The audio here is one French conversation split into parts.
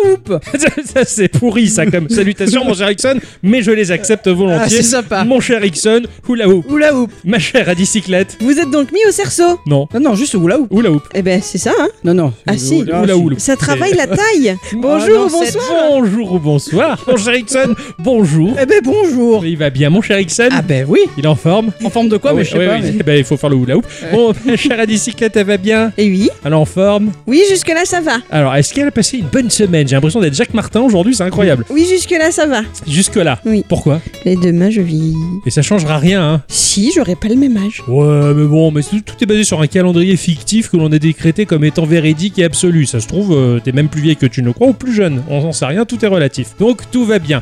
coupe. ça, c'est pourri, ça, comme salutation, mon cher Ixon, mais je les accepte Ah, volontiers. c'est sympa. mon cher Ixon, hula hoop. Oula hoop. Ma chère à bicyclette. Vous êtes donc mis au cerceau Non, Non, non, juste oula hoop. hula hoop. Eh ben, c'est ça, hein Non, non. Ah, si. Oula hoop. Ça travaille C'est- la taille. Ah, Bonjour, non, bonsoir. Bonjour ou bonsoir. Mon cher Ixon, bonjour. Eh ben bonjour. Il va bien, mon cher Ixon Ah ben oui. Il est en forme En forme de quoi, Ah mais oui, je sais oui, pas. oui. mais- Eh ben, il faut faire le hula hoop. Bon, ma chère à bicyclette, elle va bien Et Eh oui, Elle est en forme oui, jusque-là, ça va. Alors, est-ce qu'elle a passé une bonne semaine J'ai l'impression d'être Jacques Martin aujourd'hui, c'est incroyable. Oui, jusque-là, ça va. Jusque-là. Oui. Pourquoi Et demain, je vis. Et ça changera rien, hein Si, j'aurai pas le même âge. Ouais, mais bon, mais tout, tout est basé sur un calendrier fictif que l'on a décrété comme étant véridique et absolu. Ça se trouve, euh, t'es même plus vieille que tu ne crois ou plus jeune. On n'en sait rien, tout est relatif. Donc tout va bien.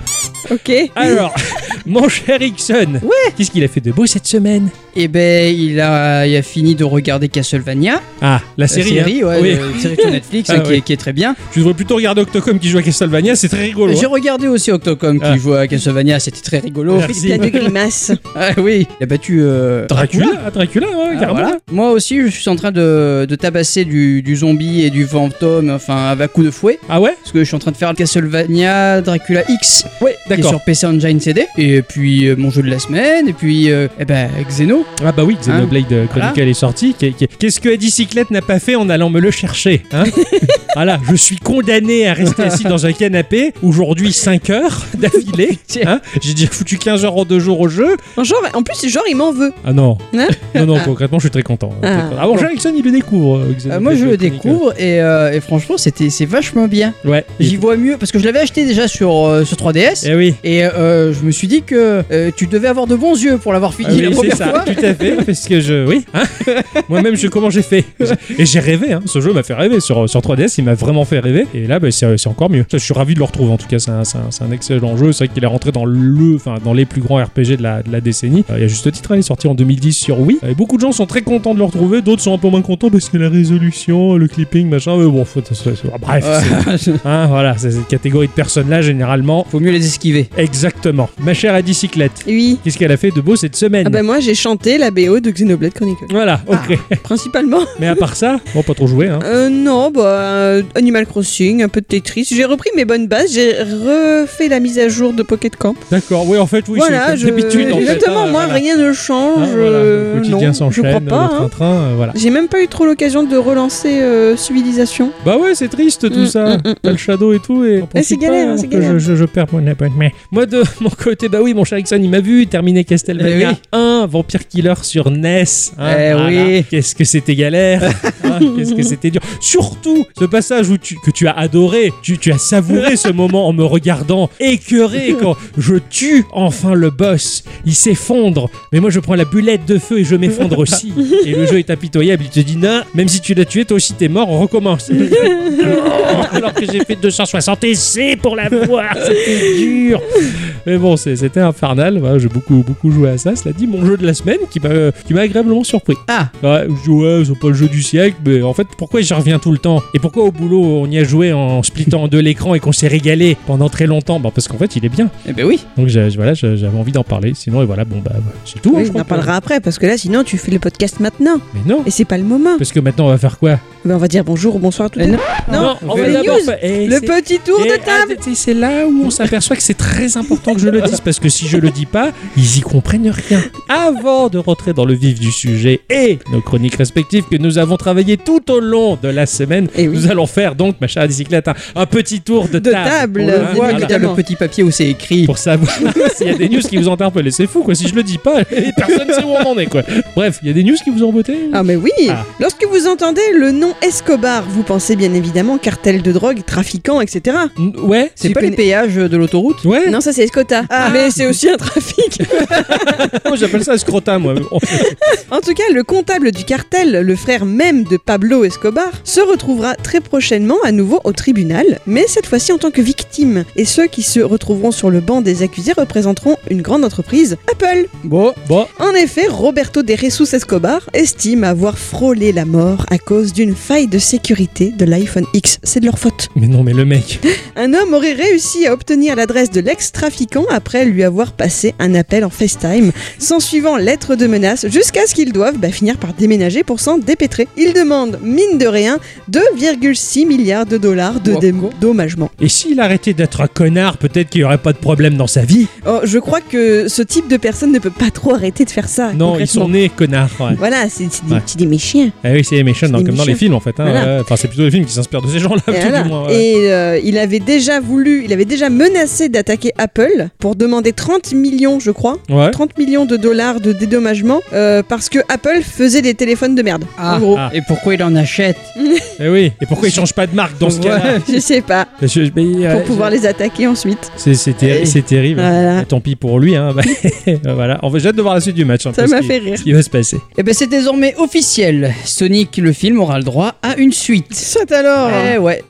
Ok. Alors, mon cher Ixon, ouais. qu'est-ce qu'il a fait de beau cette semaine Eh ben il a, il a fini de regarder Castlevania. Ah, la série. La hein. série, ouais, Oui. le- une série sur Netflix Ah, hein, qui, ouais. est, qui est très bien. Tu devrais plutôt regarder Octocom qui joue à Castlevania, c'est très rigolo. J'ai hein. regardé aussi Octocom qui Ah. joue à Castlevania, c'était très rigolo. Merci. Plein de grimaces. Ah oui, il a battu euh, Dracula, ah, Dracula, ouais, Ah, carrément. voilà. Moi aussi, je suis en train de, de tabasser du, du zombie et du fantôme, enfin, avec coup de fouet. Ah ouais Parce que je suis en train de faire Castlevania Dracula X, Ouais, qui est d'accord. sur PC Engine CD. Et puis, euh, mon jeu de la semaine, et puis, euh, eh ben, Xeno. Ah bah oui, Xenoblade euh, Chronicle Voilà. est sorti. Qu'est- qu'est- Qu'est-ce que Adicyclette n'a pas fait en allant me le chercher hein Voilà, je suis condamné à rester assis dans un canapé, aujourd'hui 5 heures d'affilée. hein. J'ai déjà foutu 15 heures en deux jours au jeu. Genre, en plus, genre, il m'en veut. Ah non. Hein non, non, concrètement, je suis très content. Ah. Ah bon, Jackson, il le découvre. euh, Euh, Xenoblade moi, je le Chronicle. découvre, et, euh, et franchement, c'était c'est vachement bien. Ouais. J'y vois mieux, parce que je l'avais acheté déjà sur, euh, sur 3DS. Eh oui. Et euh, je me suis dit que euh, tu devais avoir de bons yeux pour l'avoir fini Ah oui, la c'est première ça, fois. tout à fait, parce que je, oui, hein. moi-même, je comment j'ai fait, et j'ai rêvé. Hein. Ce jeu m'a fait rêver sur, sur 3DS, il m'a vraiment fait rêver, et là, bah, c'est c'est encore mieux. Je suis ravi de le retrouver. En tout cas, c'est un, c'est un- c'est un excellent jeu. C'est vrai qu'il est rentré dans le, enfin, dans les plus grands RPG de la, de la décennie. Euh, Il y a juste titre, hein, il est sorti en 2010 sur Wii. Et beaucoup de gens sont très contents de le retrouver, d'autres sont un peu moins contents parce que la résolution, le clipping, machin. Mais bon, faut, ah, bref, c'est- Ouais. hein, voilà, c'est cette catégorie de personnes-là généralement. Euh, Faut mieux les esquiver. Exactement. Ma chère Adicyclette, Oui. qu'est-ce qu'elle a fait de beau cette semaine Ah bah moi j'ai chanté la BO de Xenoblade Chronicle. Voilà, ok. Principalement. Mais à part ça, bon, pas trop joué, hein. Euh, non, bah euh, Animal Crossing, un peu de Tetris. J'ai repris mes bonnes bases, j'ai refait la mise à jour de Pocket Camp. D'accord, oui, en fait, oui, voilà, c'est je... comme d'habitude, en fait. exactement. hein, moi voilà. rien ne Hein, change. voilà, euh, le quotidien non, s'enchaîne, je crois le pas. hein. train-train, euh, voilà. J'ai même pas eu trop l'occasion de relancer euh, Civilisation. Bah ouais, c'est triste tout Mm, ça. mm, mm, T'as le shadow et tout. Et on profite c'est galère, pas, hein, c'est alors que galère. Je, je- je perds mon abonnement. Moi, de mon côté, bah oui, mon cher Ixon, il m'a vu terminer Castlevania Eh oui. 1, Vampire Killer sur NES. hein, Eh oui. Qu'est-ce que c'était galère. Ah, Qu'est-ce que c'était dur. Surtout ce passage où tu, que tu as adoré. Tu, tu as savouré ce moment en me regardant écœuré quand je tue enfin le boss. Il s'effondre. Mais moi, je prends la bullette de feu et je m'effondre aussi. Et le jeu est impitoyable. Il te dit, non, même si tu l'as tué, toi aussi t'es mort, on recommence. Oh, Alors que j'ai fait 260 essais pour l'avoir. C'était dur. Mais bon, c'est- c'était infernal. Voilà, j'ai beaucoup, beaucoup joué à ça. Cela dit, mon jeu de la semaine qui m'a qui m'a agréablement surpris. Ah, Ouais, je dis, ouais, c'est pas le jeu du siècle, mais en fait, pourquoi j'y reviens tout le temps Et pourquoi au boulot, on y a joué en splittant en deux l'écran et qu'on s'est régalé pendant très longtemps Bah, Parce qu'en fait, il est bien. eh ben oui. Donc, j'ai- voilà, j'ai- j'avais envie d'en parler. Sinon, et voilà, bon, bah, c'est tout. hein, Oui, je on crois en que- parlera après parce que là sinon tu fais le podcast maintenant Mais non et c'est pas le moment. parce Euh, que maintenant on va faire quoi Ben, on va dire bonjour, bonsoir à tout le Mais monde. Non, on va les d'abord news. fa- Eh, Le c'est- petit tour eh, de table. ah, c'est- C'est là où on s'aperçoit que c'est très important que je le dise parce que si je le dis pas, ils y comprennent rien. Avant de rentrer dans le vif du sujet et nos chroniques respectives que nous avons travaillées tout au long de la semaine, Eh oui. Nous allons faire donc, ma chère bicyclette, un, un petit tour de, De table, pour, euh, hein, On voit voilà. que t'as le petit papier où c'est écrit. pour savoir s'il y a des news qui vous interpellent. Et C'est fou, quoi. Si je le dis pas, personne sait où on en est, quoi. Bref, il y a des news qui vous ont beauté Ah mais oui Ah. Lorsque vous entendez le nom Escobar, vous pensez bien évidemment cartel de drogue, trafiquant, etc. Ouais. C'est Tu pas connais- les péages de l'autoroute Ouais, Ah. Non, ça c'est Escota. Mais c'est aussi un trafic. moi, j'appelle ça un scrotum, moi. Oh, en tout cas, le comptable du cartel, le frère même de Pablo Escobar, se retrouvera très prochainement à nouveau au tribunal, mais cette fois-ci en tant que victime. Et ceux qui se retrouveront sur le banc des accusés représenteront une grande entreprise, Apple. Bon, Bon, En effet, Roberto de Jesus Escobar estime avoir frôlé la mort à cause d'une faille de sécurité de l'iPhone X. C'est de leur faute. Mais non, mais le mec. Un homme aurait réussi à obtenir l'adresse de l'ex-trafiquant après lui avoir passé un appel en FaceTime, s'en suivant lettre de menace jusqu'à ce qu'ils doivent bah, finir par déménager pour s'en dépêtrer. Il demande, mine de rien, 2,6 milliards de dollars de Wow. dédommagement. Et s'il arrêtait d'être un connard, peut-être qu'il n'y aurait pas de problème dans sa vie. Oh, je crois que ce type de personne ne peut pas trop arrêter de faire ça. Non, ils sont concrètement. nés connards. ouais. Voilà, c'est c'est des Ouais. petits des méchiens. Ah oui, c'est méchant, C'est dans- des comme dans les méchants. films en fait. hein, Voilà. ouais. Enfin, c'est plutôt les films qui s'inspirent de ces gens-là, Et, tout voilà. du moins. ouais. Et, euh, il avait déjà voulu, il avait déjà menacé d'attaquer Apple pour demander 30 millions, je crois, Ouais. 30 millions de dollars de dédommagement euh, parce que Apple faisait des téléphones de merde. Ah, en gros, ah. Et pourquoi il en achète Eh oui. Et pourquoi ils changent pas de marque dans ce cas-là je sais pas, Parce que- mais, pour ouais, pouvoir les attaquer ensuite. C'est c'est terri- Eh. c'est terrible. Voilà. Et Tant pis pour lui. Hein. bah, voilà. On va j'ai hâte de voir la suite du match. un Ça peu ce m'a qui- fait rire. Ce qui va se passer. Eh ben c'est désormais officiel. Sonic le film aura le droit à une suite. Soit alors. Eh ouais.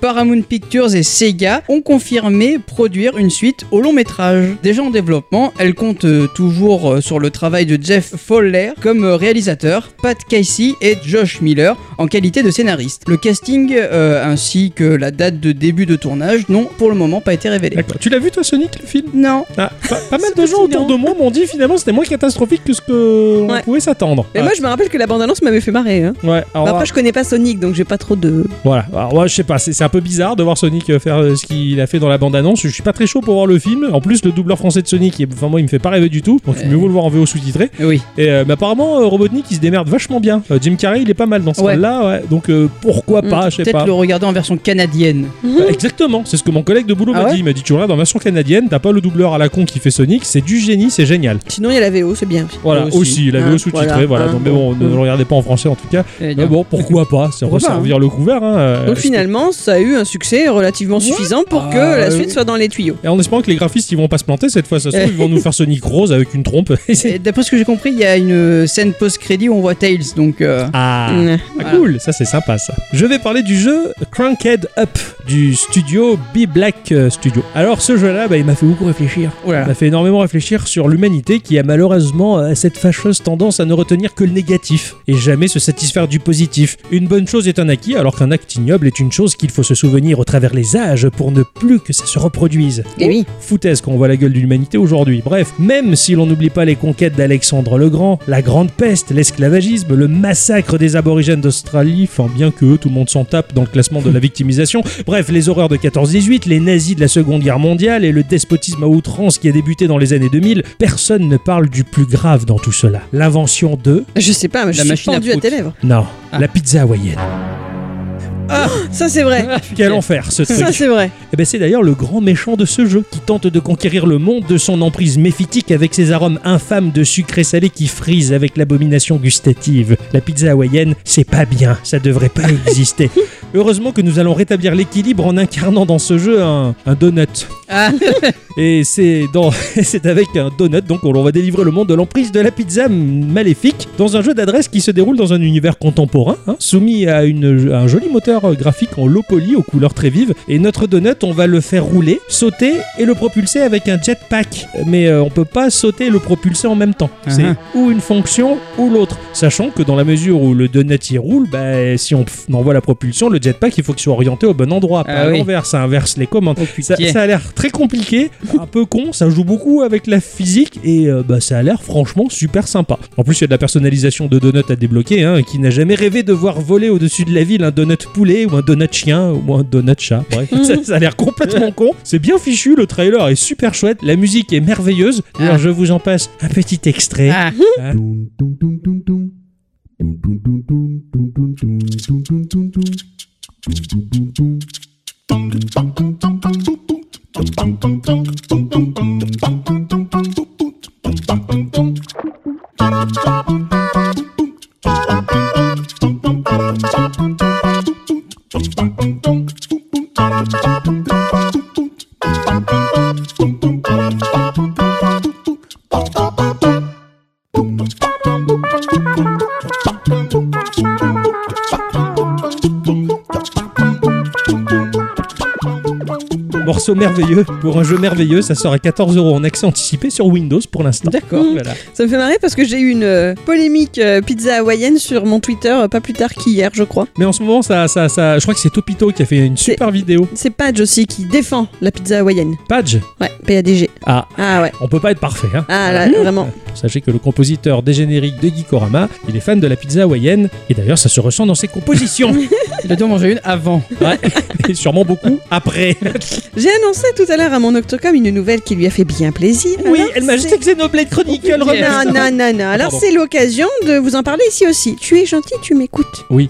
Paramount Pictures et Sega ont confirmé produire une suite au long métrage. Déjà en développement, elle compte euh, toujours euh, sur le travail de Jeff Fowler comme euh, réalisateur, Pat Casey et Josh Miller en qualité de scénariste. Le casting euh, ainsi que la date de début de tournage n'ont pour le moment pas été révélés. D'accord. Tu l'as vu toi, Sonic, le film Non. Ah, pas, pas mal de gens autour de moi m'ont dit finalement c'était moins catastrophique que ce que on Ouais. pouvait s'attendre. Mais moi, je me rappelle que la bande-annonce m'avait fait marrer. hein. Ouais, Oh. alors, Bah, après, je connais pas Sonic, donc j'ai pas trop de. voilà. Alors, moi, je sais pas, c'est c'est un peu bizarre de voir Sonic euh, faire euh, ce qu'il a fait dans la bande-annonce. Je suis pas très chaud pour voir le film. En plus, le doubleur français de Sonic, il- enfin, moi, il me fait pas rêver du tout. Donc, Ouais. il mieux vaut le voir en VO sous-titré. Oui. Et euh, mais apparemment, euh, Robotnik, il se démerde vachement bien. Euh, Jim Carrey, il est pas mal dans ce Ouais. rôle-là. ouais. Donc, euh, pourquoi Hmm, pas, je sais Peut-être pas. le regarder en version canadienne. Bah, exactement, c'est ce que mon collègue de boulot Ah m'a ouais dit. Il m'a dit Tu regardes dans la version canadienne, t'as pas le doubleur à la con qui fait Sonic, c'est du génie, c'est génial. Sinon, il y a la VO, c'est bien. Voilà, Aussi. Ah, aussi, il avait Hein, sous-titré, voilà. voilà, Donc, hein, mais bon, bon. ne le regardez pas en français en tout cas. Eh Mais bien. Ah bon, pourquoi pas Ça va Pourquoi pas, servir le couvert. hein, euh, Donc je- finalement, ça a eu un succès relativement Ouais. suffisant pour que Ah, euh, la oui. suite soit dans les tuyaux. Et en espérant que les graphistes ils vont pas se planter cette fois, ça se trouve, ils vont nous faire Sonic Rose avec une trompe. Et c'est- Et Eh, D'après ce que j'ai compris, il y a une euh, scène post-crédit où on voit Tails, donc. euh, ah, Mmh. ah, voilà. cool, ça c'est sympa ça. Je vais parler du jeu Crankhead Up du studio B Black euh, Studio. Alors ce jeu-là, bah, il m'a fait beaucoup réfléchir. Oh là Ça là. m'a fait énormément réfléchir sur l'humanité qui a malheureusement euh, cette fâcheuse tendance à ne retenir que le négatif et jamais se satisfaire du positif. Une bonne chose est un acquis alors qu'un acte ignoble est une chose qu'il faut se souvenir au travers les âges pour ne plus que ça se reproduise. Eh oui. Foutaise quand on voit la gueule de l'humanité aujourd'hui. Bref, même si l'on n'oublie pas les conquêtes d'Alexandre le Grand, la Grande Peste, l'esclavagisme, le massacre des aborigènes d'Australie, enfin bien que eux, tout le monde s'en tape dans le classement de la victimisation, bref, les horreurs de 14-18, les nazis de la Seconde Guerre mondiale et le despotisme à outrance qui a débuté dans les années 2000, personne ne parle du plus grave dans tout cela. L'invention de... Je sais pas, mais je La suis machine à pendu à, prout. tes lèvres. Non, Ah. la pizza hawaïenne. Ça, c'est vrai. Quel enfer ce truc Ça, c'est vrai. Eh ben, c'est d'ailleurs le grand méchant de ce jeu, qui tente de conquérir le monde de son emprise méphitique avec ses arômes infâmes de sucré salé qui frisent avec l'abomination gustative. La pizza hawaïenne, c'est pas bien, ça devrait pas exister. Heureusement que nous allons rétablir l'équilibre en incarnant dans ce jeu un, un donut. Ah. Et c'est dans, c'est avec un donut donc on va délivrer le monde de l'emprise de la pizza m- maléfique dans un jeu d'adresse qui se déroule dans un univers contemporain, hein, soumis à, une, à un joli moteur euh, graphique en low poly aux couleurs très vives. Et notre donut, on va le faire rouler, sauter et le propulser avec un jetpack. Mais euh, on peut pas sauter et le propulser en même temps. Ah C'est ou une fonction ou l'autre. Sachant que dans la mesure où le donut y roule, bah, si on f- envoie la propulsion, le jetpack il faut qu'il soit orienté au bon endroit, pas Ah à oui. l'envers. Ça inverse les commandes. Oh Ça, putain. ça a l'air très compliqué, un peu con, ça joue beaucoup avec la physique et euh, bah, ça a l'air franchement super sympa. En plus, il y a de la personnalisation de donuts à débloquer, hein, qui n'a jamais rêvé de voir voler au-dessus de la ville un donut poulet ou un donut chien ou un donut chat. Bref, ça, ça a l'air complètement con. C'est bien fichu, le trailer est super chouette, la musique est merveilleuse. D'ailleurs, Ah. je vous en passe un petit extrait. Ah. Dum dum dum dum dum. Dum dum dum dum dum dum dum dum dum dum dum. Dum dum dum dum. morceau merveilleux pour un jeu merveilleux. Ça sort à 14 euros en accès anticipé sur Windows pour l'instant. D'accord. Voilà. Ça me fait marrer parce que j'ai eu une euh, polémique euh, pizza hawaïenne sur mon Twitter euh, pas plus tard qu'hier, je crois. Mais en ce moment, ça, ça, ça, je crois que c'est Topito qui a fait une C'est- super vidéo. C'est Padge aussi qui défend la pizza hawaïenne. Page. Ouais, PADG. Ah, Ah ouais. on peut pas être parfait. Hein. Ah là, vraiment. Sachez que le compositeur des génériques de Gikorama, il est fan de la pizza hawaïenne. Et d'ailleurs, ça se ressent dans ses compositions. Il a dû en manger une avant. Ouais. Et sûrement beaucoup après. J'ai annoncé tout à l'heure à mon Octocom une nouvelle qui lui a fait bien plaisir. Oui, Alors, elle m'a c'est- jeté Xenoblade Chronicle. Oui, remets. Non, non, non, non. Alors Pardon. c'est l'occasion de vous en parler ici aussi. Tu es gentil, tu m'écoutes. Oui.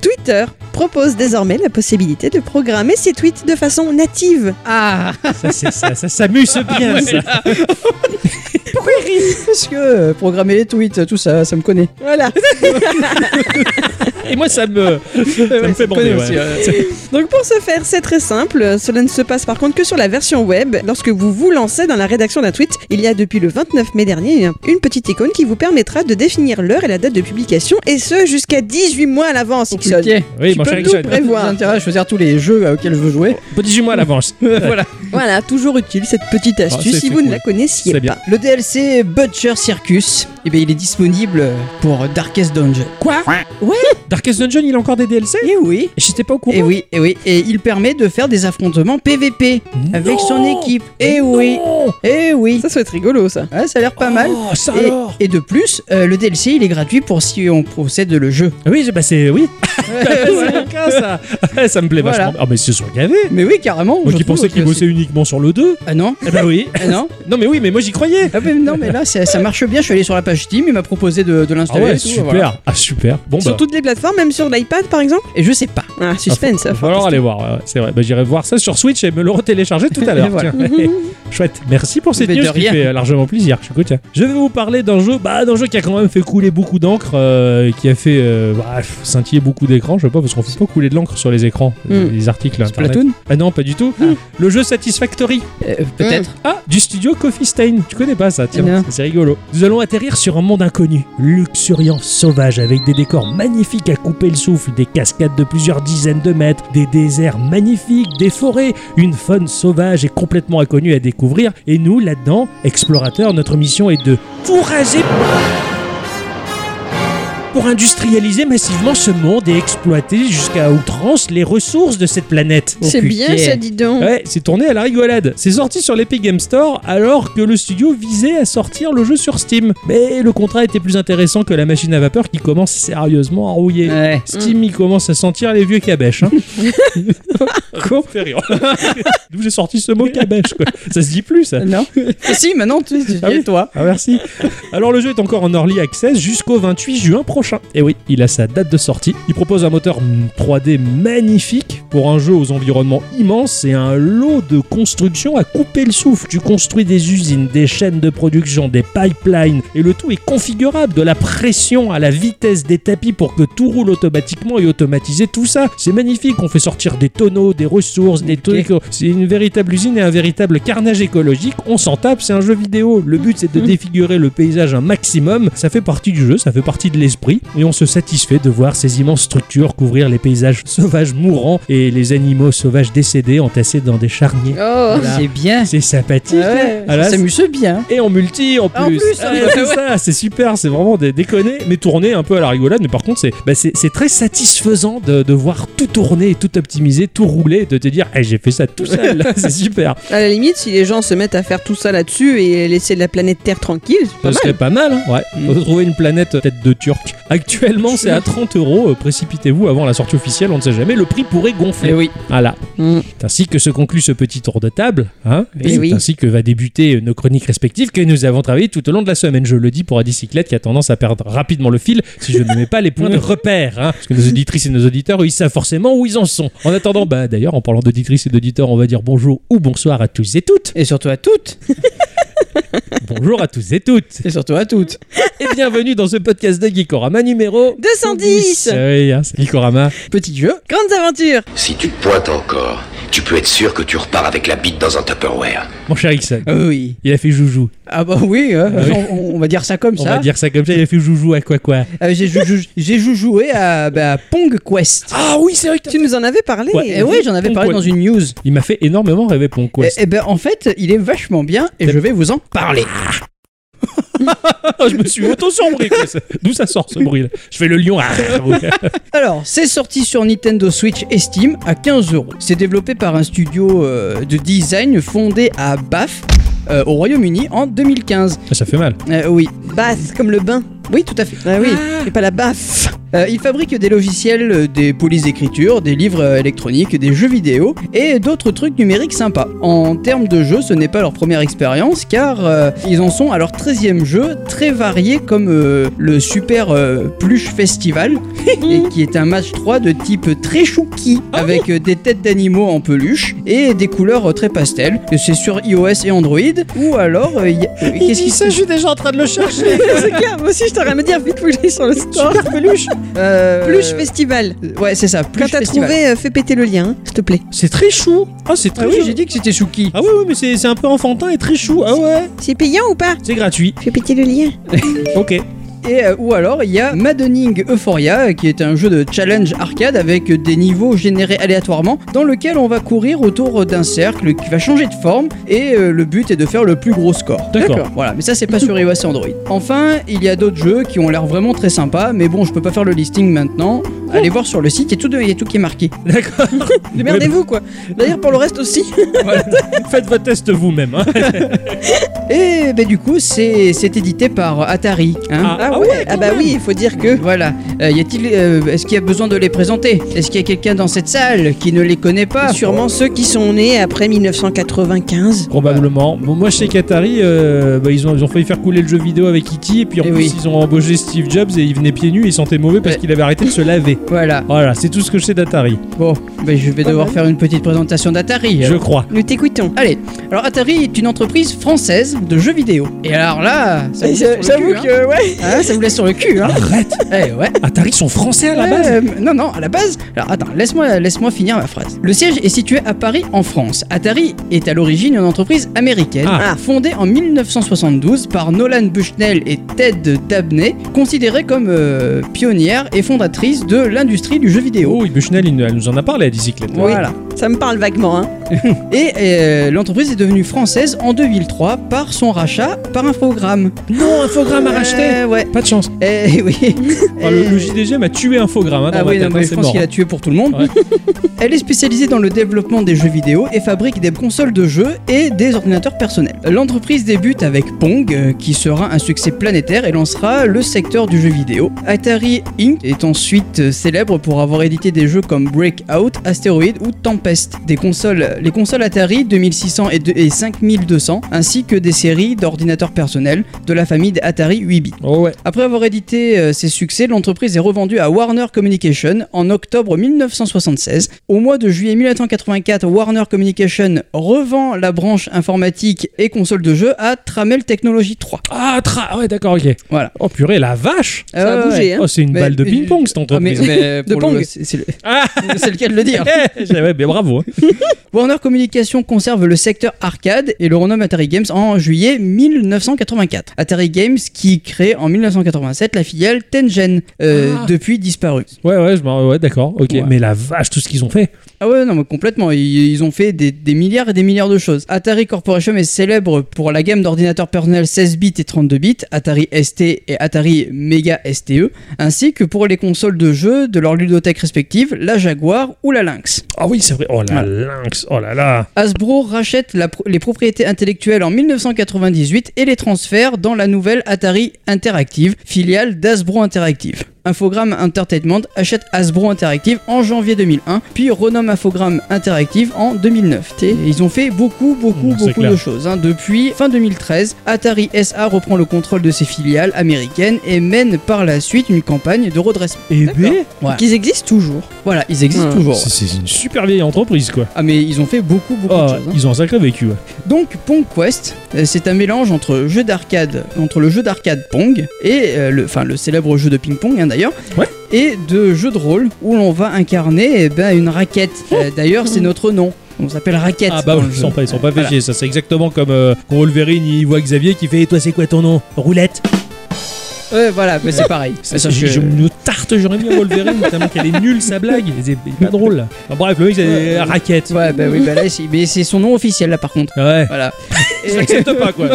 Twitter propose désormais la possibilité de programmer ses tweets de façon native. Ah Ça, c'est- ça, ça s'amuse bien. ça. Parce que euh, programmer les tweets, tout ça, ça me connaît. Voilà. Et moi, ça me, ça me fait bander. connaît ouais. aussi, euh, Donc pour ce faire, c'est très simple. Cela ne se passe par contre que sur la version web. Lorsque vous vous lancez dans la rédaction d'un tweet, il y a depuis le 29 mai dernier une petite icône qui vous permettra de définir l'heure et la date de publication, et ce jusqu'à 18 mois à l'avance. Ixon. Ok. Oui, Tu mon peux cher tout Ixon. Ça nous Prévoir. intéresse à choisir tous les jeux euh, auxquels je veux jouer. Bon, 18 mois à l'avance. voilà. Voilà, toujours utile cette petite astuce Ah, c'est- si c'est vous ne cool. la connaissiez C'est pas. bien. Le DLC Butcher Circus, eh bien, il est disponible pour Darkest Dungeon. Quoi Ouais. Darkest Dungeon, il a encore des DLC Eh oui J'étais pas au courant. Et oui, et oui, et il permet de faire des affrontements PVP avec Non son équipe. Eh Non oui, eh oui. Ça, ça va être rigolo, Bah. ça. Ouais, ça a l'air pas mal. Oh, ça Et, alors et de plus, euh, le DLC il est gratuit pour si on procède le jeu. Ah Oui, je- bah c'est. Oui, Voilà. c'est le cas, ça. Ah, ça me plaît Voilà. vachement. Ah, mais ils se sont gavés. Mais oui, carrément. Moi je qui trouve pensais que qu'ils bossaient c'est- uniquement sur le 2. Ah non, Eh bah oui. ah non. Non, mais oui, mais moi j'y croyais. Ah ben non, mais là ça, ça marche bien. Je suis allé sur la page Steam, il m'a proposé de, de Ah l'installer. et ouais, tout, super. voilà. Ah, super. Bon, bah. Sur toutes les plateformes, même sur l'iPad, par exemple Et je sais pas. Ah, suspense. Il va enfin, falloir aller voir, ouais, ouais, c'est vrai. Bah, J'irai voir ça sur Switch et me le retélécharger tout à Et l'heure. voilà. tiens. Chouette. Merci pour cette Mais de news qui rien. fait euh, largement plaisir. Je, suis content. je vais vous parler d'un jeu, bah, d'un jeu qui a quand même fait couler beaucoup d'encre, euh, qui a fait euh, bah, pff, scintiller beaucoup d'écrans. Je sais pas parce qu'on fait pas couler de l'encre sur les écrans, euh, Mm. les articles internet. Platoon Ah non, pas du tout. Le jeu Satisfactory. Euh, Peut-être. Ah, du studio Coffee Stain. Tu connais pas ça, tiens, Non. c'est- c'est rigolo. Nous allons atterrir sur un monde inconnu, luxuriant, sauvage, avec des décors magnifiques à couper le souffle, des cascades de plusieurs dizaines de mètres, des déserts magnifiques, des forêts, une faune sauvage et complètement inconnue à découvrir. Et nous, là-dedans, explorateurs, notre mission est de tout raser pour industrialiser massivement ce monde et exploiter jusqu'à outrance les ressources de cette planète. Oh, c'est bien, putain. ça, dis donc. Ouais, c'est tourné à la rigolade. C'est sorti sur l'Epic Game Store alors que le studio visait à sortir le jeu sur Steam. Mais le contrat était plus intéressant que la machine à vapeur qui commence sérieusement à rouiller. Ouais. Steam, il commence à sentir les vieux cabèches. Hein. Quoi Fait rire. D'où j'ai sorti ce mot cabèche, quoi. Ça se dit plus, ça. Non. Ah si, maintenant tu, tu Ah dis oui. toi. Ah merci. Alors le jeu est encore en early access jusqu'au 28 juin prochain. Et oui, il a sa date de sortie. Il propose un moteur mm, 3D magnifique pour un jeu aux environnements immenses et un lot de construction à couper le souffle. Tu construis des usines, des chaînes de production, des pipelines et le tout est configurable de la pression à la vitesse des tapis pour que tout roule automatiquement et automatiser tout ça. C'est magnifique, on fait sortir des tonneaux, des ressources, des Ok. trucs. C'est une véritable usine et un véritable carnage écologique. On s'en tape, c'est un jeu vidéo. Le but c'est de Mm. Mhm. défigurer le paysage un maximum. Ça fait partie du jeu, ça fait partie de l'esprit. Et on se satisfait de voir ces immenses structures couvrir les paysages sauvages mourants et les animaux sauvages décédés entassés dans des charniers. Oh, Voilà. C'est bien. C'est sympathique. Ouais, Ah là, Ah. ça s'amuse bien. Et en multi en plus. Ah, en plus, Ah, ouais, c'est ouais. ça, c'est super, c'est vraiment des déconnés, mais tourné un peu à la rigolade. Mais par contre, c'est bah, c'est- c'est très satisfaisant de, de voir tout tourner, et tout optimiser, tout rouler, et de te dire, Eh, j'ai fait ça tout seul, c'est super. À la limite, si les gens se mettent à faire tout ça là-dessus et laisser la planète Terre tranquille, c'est pas Ce mal. serait pas mal, hein. ouais. Mm. Faut trouver une planète euh, tête de turc. Actuellement, c'est à 30 euros. Euh, Précipitez-vous avant la sortie officielle, on ne sait jamais. Le prix pourrait Et gonfler. oui. Voilà. Eh Mm. C'est ainsi que se conclut ce petit tour de table. Hein Eh c'est oui. ainsi que va débuter euh, nos chroniques respectives que nous avons travaillées tout au long de la semaine. Je le dis pour Adicyclette qui a tendance à perdre rapidement le fil si je ne mets pas les points de repère. hein. Parce que nos auditrices et nos auditeurs, eux, ils savent forcément où ils en sont. En attendant, bah, d'ailleurs, en parlant d'auditrices et d'auditeurs, on va dire bonjour ou bonsoir à tous et toutes. Et surtout à toutes. Bonjour à tous et toutes. Et surtout à toutes. Et bienvenue dans ce podcast de Geekorama numéro 210 Ah Oui, hein, c'est Geekorama. Petit jeu. Grandes aventures Si tu te pointes encore, tu peux être sûr que tu repars avec la bite dans un Tupperware. Mon cher Ixon, Ah oui. il a fait joujou. Ah bah oui, hein, Ah oui. On, on va dire ça comme On ça. va dire ça comme ça, il a fait joujou à quoi quoi. Euh, j'ai, jou- jou- j'ai jou- joué à bah, Pong Quest. Ah oui, c'est vrai que Tu nous en avais parlé. Ouais. Et oui, j'en avais Pong parlé Quest. dans une news. Il m'a fait énormément rêver Pong Et, Quest. et ben en fait, il est vachement bien et T'as- je vais vous en parler. Ah, je me suis auto-surpris. quoi. Ça- D'où ça sort ce bruit-là Je fais le lion. Ah, ouais. Alors, c'est sorti sur Nintendo Switch et Steam à 15 euros. C'est développé par un studio euh, de design fondé à Bath. euh, au Royaume-Uni en 2015. Ça fait mal. Euh, oui, Bath, comme le bain. oui, tout à fait. Ah oui, Ah. et pas la baffe. Euh, il fabrique des logiciels, euh, des polices d'écriture, des livres euh, électroniques, des jeux vidéo et d'autres trucs numériques sympas. En termes de jeux, ce n'est pas leur première expérience car euh, ils en sont à leur 13e jeu, très varié comme euh, le Super euh, Pluche Festival, et qui est un match 3 de type très chouki Ah avec euh, des têtes d'animaux en peluche et des couleurs euh, très pastel. Et C'est sur iOS et Android ou alors. euh, y a- euh, Qu'est-ce qui se suis déjà en train de le chercher. C'est clair, moi aussi je t'aurais à me dire vite vous allez sur le store. Super peluche. Euh, Peluche festival. Ouais, c'est ça. Pluche Quand t'as Festival. trouvé, euh, fais péter le lien, hein, s'il te plaît. C'est très chou. Ah, c'est Ah très oui, chou. j'ai dit que c'était Chouki. Ah ouais, ouais, mais c'est c'est un peu enfantin et très chou. Ah ouais. C'est payant ou pas C'est gratuit. Fais péter le lien. Ok. Et euh, ou alors il y a Maddening Euphoria euh, qui est un jeu de challenge arcade avec euh, des niveaux générés aléatoirement dans lequel on va courir autour d'un cercle qui va changer de forme et euh, le but est de faire le plus gros score. D'accord. Voilà, mais ça c'est pas sur iOS et Android. Enfin, il y a d'autres jeux qui ont l'air vraiment très sympas, mais bon, je peux pas faire le listing maintenant. Allez voir sur le site, il y a tout, de- il y a tout qui est marqué. D'accord. Démerdez-vous quoi. D'ailleurs pour le reste aussi. Faites votre test vous-même. hein. Et ben du coup, c'est c'est édité par Atari. hein. Ah, ah ouais. Ah bah oui, il faut dire que. Voilà. Euh, y a-t-il, euh, est-ce qu'il y a besoin de les présenter Est-ce qu'il y a quelqu'un dans cette salle qui ne les connaît pas Sûrement ceux qui sont nés après 1995. Probablement. Bon, moi, je sais qu'Atari, euh, bah, ils, ont, ils ont failli faire couler le jeu vidéo avec E.T. Et puis en Eh plus, oui. ils ont embauché Steve Jobs et il venait pieds nus et il sentait mauvais parce Ouais. qu'il avait arrêté de se laver. Voilà. Voilà, c'est tout ce que je sais d'Atari. Bon, ben je vais devoir faire une petite présentation d'Atari. Je crois. Nous t'écoutons. Allez. Alors Atari est une entreprise française de jeux vidéo. Et alors là, ça vous, laisse sur le J'avoue cul, que ouais. hein. Hein, ça vous laisse sur le cul. Hein. Arrête Eh ouais. Atari sont français à la base Euh, non, non, à la base. Alors attends, laisse-moi laisse finir ma phrase. Le siège est situé à Paris, en France. Atari est à l'origine une entreprise américaine, Ah. fondée en 1972 par Nolan Bushnell et Ted Dabney, considérée comme euh, pionnière et fondatrice de l'industrie du jeu Oh vidéo. oui, Bushnell, il- elle nous en a parlé à bicyclette. Voilà. Ça me parle vaguement hein. Et euh, l'entreprise est devenue française en 2003 par son rachat par Infogrames. Non, Infogramme a racheté Euh, ouais. Pas de chance. Eh oui. Ah, le, le JDG a tué Infogramme. hein, dans Ah ma oui, non, tête, hein, mais je c'est pense mort. qu'il a tué pour tout le monde. Ouais. Elle est spécialisée dans le développement des jeux vidéo et fabrique des consoles de jeux et des ordinateurs personnels. L'entreprise débute avec Pong, euh, qui sera un succès planétaire et lancera le secteur du jeu vidéo. Atari Inc. est ensuite euh, célèbre pour avoir édité des jeux comme Breakout, Asteroid ou Tempest. Des consoles, les consoles Atari 2600 et, de- et 5200, ainsi que des séries d'ordinateurs personnels de la famille Atari 8 bits. Oh ouais. Après avoir édité euh, ses succès, l'entreprise est revendue à Warner Communication en octobre 1976. Au mois de juillet 1984, Warner Communication revend la branche informatique et console de jeu à Tramel Technology 3. Ah, tra... ouais, d'accord, ok. Voilà. Oh purée, la vache Ça Ah a ouais, bougé ouais. hein. Oh, c'est une Mais- balle de ping-pong, cette Ah, mais, entreprise. mais pour Pong. le- c'est c'est le, Ah, c'est le cas de le dire. ouais, mais bravo. hein. Warner Communication conserve le secteur arcade et le renomme Atari Games en juillet 1984. Atari Games qui crée en 1987 la filiale Tengen, euh, Ah. depuis disparue. Ouais, ouais, je m'en- ouais d'accord, ok. Ouais. Mais la vache, tout ce qu'ils ont fait. Ah ouais, non, mais complètement. Ils, ils ont fait des, des milliards et des milliards de choses. Atari Corporation est célèbre pour la gamme d'ordinateurs personnels 16 bits et 32 bits, Atari ST et Atari Mega STE, ainsi que pour les consoles de jeux de leur ludothèque respective, la Jaguar ou la Lynx. Ah oui, c'est vrai. Oh la Ouais. lynx, oh là là. Hasbro rachète la pro- les propriétés intellectuelles en 1998 et les transfère dans la nouvelle Atari Interactive, filiale d'Hasbro Interactive. Infogram Entertainment achète Hasbro Interactive en janvier 2001, puis renomme Infogram Interactive en 2009. Et ils ont fait beaucoup, beaucoup, Mmh, c'est beaucoup clair. de choses. hein. Depuis fin 2013, Atari SA reprend le contrôle de ses filiales américaines et mène par la suite une campagne de redressement. Eh D'accord. ben, Voilà. Qu'ils existent toujours. Voilà, ils existent Ouais. toujours. c'est- c'est une super vieille entreprise, quoi. Ah mais ils ont fait beaucoup, beaucoup Oh, de choses. hein. ils ont un sacré vécu. ouais. Donc Pong Quest, euh, c'est un mélange entre jeu d'arcade, entre le jeu d'arcade Pong et euh, le, enfin le célèbre jeu de ping-pong hein, d'ailleurs, Ouais. et de jeu de rôle où l'on va incarner eh ben, une raquette. Euh, d'ailleurs, c'est notre nom. On s'appelle Raquette. Ah bah dans oui, le ils jeu. sont pas, ils sont pas Voilà. fâchés, ça c'est exactement comme euh, quand Wolverine il voit Xavier qui fait et toi c'est quoi ton nom Roulette Ouais, voilà, mais c'est pareil. Ça, Sauf je, que- je me tarte, j'aurais bien Wolverine, tellement qu'elle est nulle sa blague, elle est elle est pas drôle. là. Enfin, bref, le mec c'est Ouais. raquette. Ouais. Ouais, bah oui, bah là, c'est- mais c'est son nom officiel là par contre. Voilà. Je l'accepte pas quoi.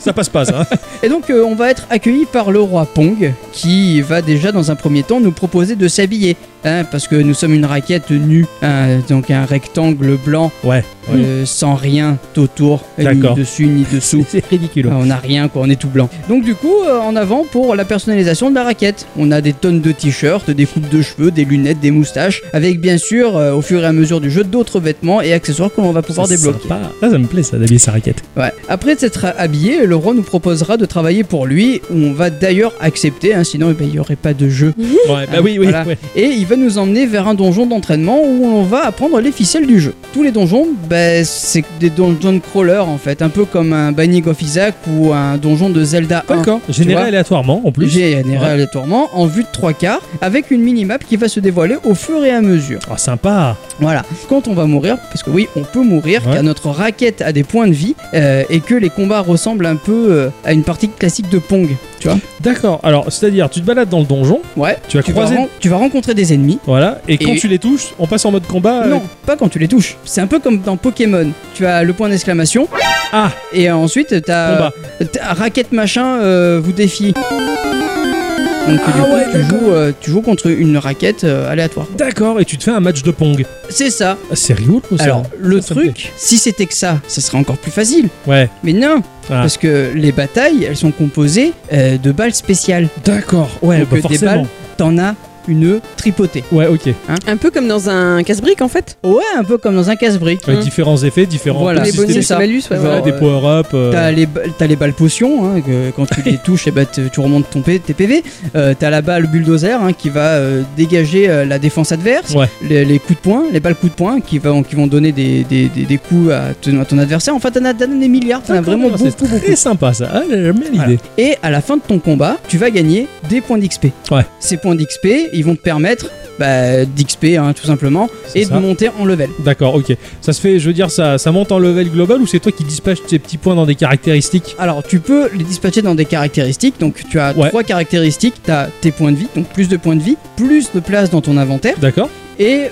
ça passe pas ça. hein. Et donc euh, on va être accueilli par le roi Pong qui va déjà dans un premier temps nous proposer de s'habiller hein, parce que nous sommes une raquette nue hein, donc un rectangle blanc Ouais. ouais. euh, sans rien autour ni D'accord. dessus ni dessous. C'est ridicule. Ah, on n'a rien quoi, on est tout blanc. Donc du coup euh, en avant pour la personnalisation de la raquette. On a des tonnes de t-shirts, des coupes de cheveux, des lunettes, des moustaches avec bien sûr euh, au fur et à mesure du jeu d'autres vêtements et accessoires que l'on va pouvoir C'est débloquer. sympa. Ça, ça me plaît ça d'habiller sa raquette. Ouais. Après s'être habillé, le roi nous proposera de travailler pour lui, où on va d'ailleurs accepter, hein, sinon eh ben, il n'y aurait pas de jeu. Ouais, bah Ah, oui, oui. voilà. ouais. Et il va nous emmener vers un donjon d'entraînement où on va apprendre les ficelles du jeu. Tous les donjons, ben, c'est des donjons crawlers en fait, un peu comme un Banning of Isaac ou un donjon de Zelda 1. D'accord. Tu Généré vois aléatoirement en plus. J'ai Ouais. les tourments en vue de trois quarts avec une minimap qui va se dévoiler au fur et à mesure. Oh, sympa. Voilà. Quand on va mourir, parce que oui, on peut mourir, Ouais. car notre raquette a des points de vie euh, et que les combats ressemblent un peu euh, à une partie classique de Pong. Tu vois D'accord. Alors, c'est-à-dire, tu te balades dans le donjon, Ouais. tu vas Tu vas, croiser. ren- tu vas rencontrer des ennemis. Voilà, et quand Et- tu les touches, on passe en mode combat. euh, Non, pas quand tu les touches. C'est un peu comme dans Pokémon. Tu as le point d'exclamation. Ah. Et ensuite, t'as Combat. t'as raquette machin euh, vous défie. Ah Donc du coup, tu, joues, euh, tu joues contre une raquette euh, aléatoire. D'accord, et tu te fais un match de Pong. C'est ça. Ah, C'est rigolo ça. Alors, le Ça, ça me truc, si c'était que ça, ça serait encore plus facile. Ouais, Mais non, Ah. parce que les batailles, elles sont composées euh, de balles spéciales. d'accord. Ouais, Donc, bah euh, des forcément. balles. T'en as une tripotée. Ouais, ok. Un peu comme dans un casse-brique en fait. Ouais, un peu comme dans un casse-brique. Avec différents effets, différents Hein Voilà, les c'était bonus, systèmes. les ça. malus, ouais, Genre, Voilà, ouais. des euh, power-up. euh, T'as les, ba- t'as les balles potions, hein, que quand tu les touches, eh ben, t- tu remontes ton P, tes PV. Euh, t'as la balle bulldozer hein, qui va euh, dégager euh, la défense adverse. Ouais. Les, les coups de poing, les balles coups de poing qui, vont- qui vont donner des, des- des- des coups à ton, à ton adversaire. Enfin, t'en as, t'en as des milliards, t'en as d'accord, vraiment non, C'est beaucoup, très beaucoup. sympa ça. Ah, j'aime bien Voilà. l'idée. Et à la fin de ton combat, tu vas gagner des points d'XP. Ouais. Ces points d'XP, ils vont te permettre bah, d'XP tout simplement C'est et ça. de monter en level. D'accord, ok. Ça se fait, je veux dire, ça, ça monte en level global ou c'est toi qui dispatches tes petits points dans des caractéristiques Alors, tu peux les dispatcher dans des caractéristiques. Donc, tu as Ouais. trois caractéristiques. Tu as tes points de vie, donc plus de points de vie, plus de place dans ton inventaire. D'accord Et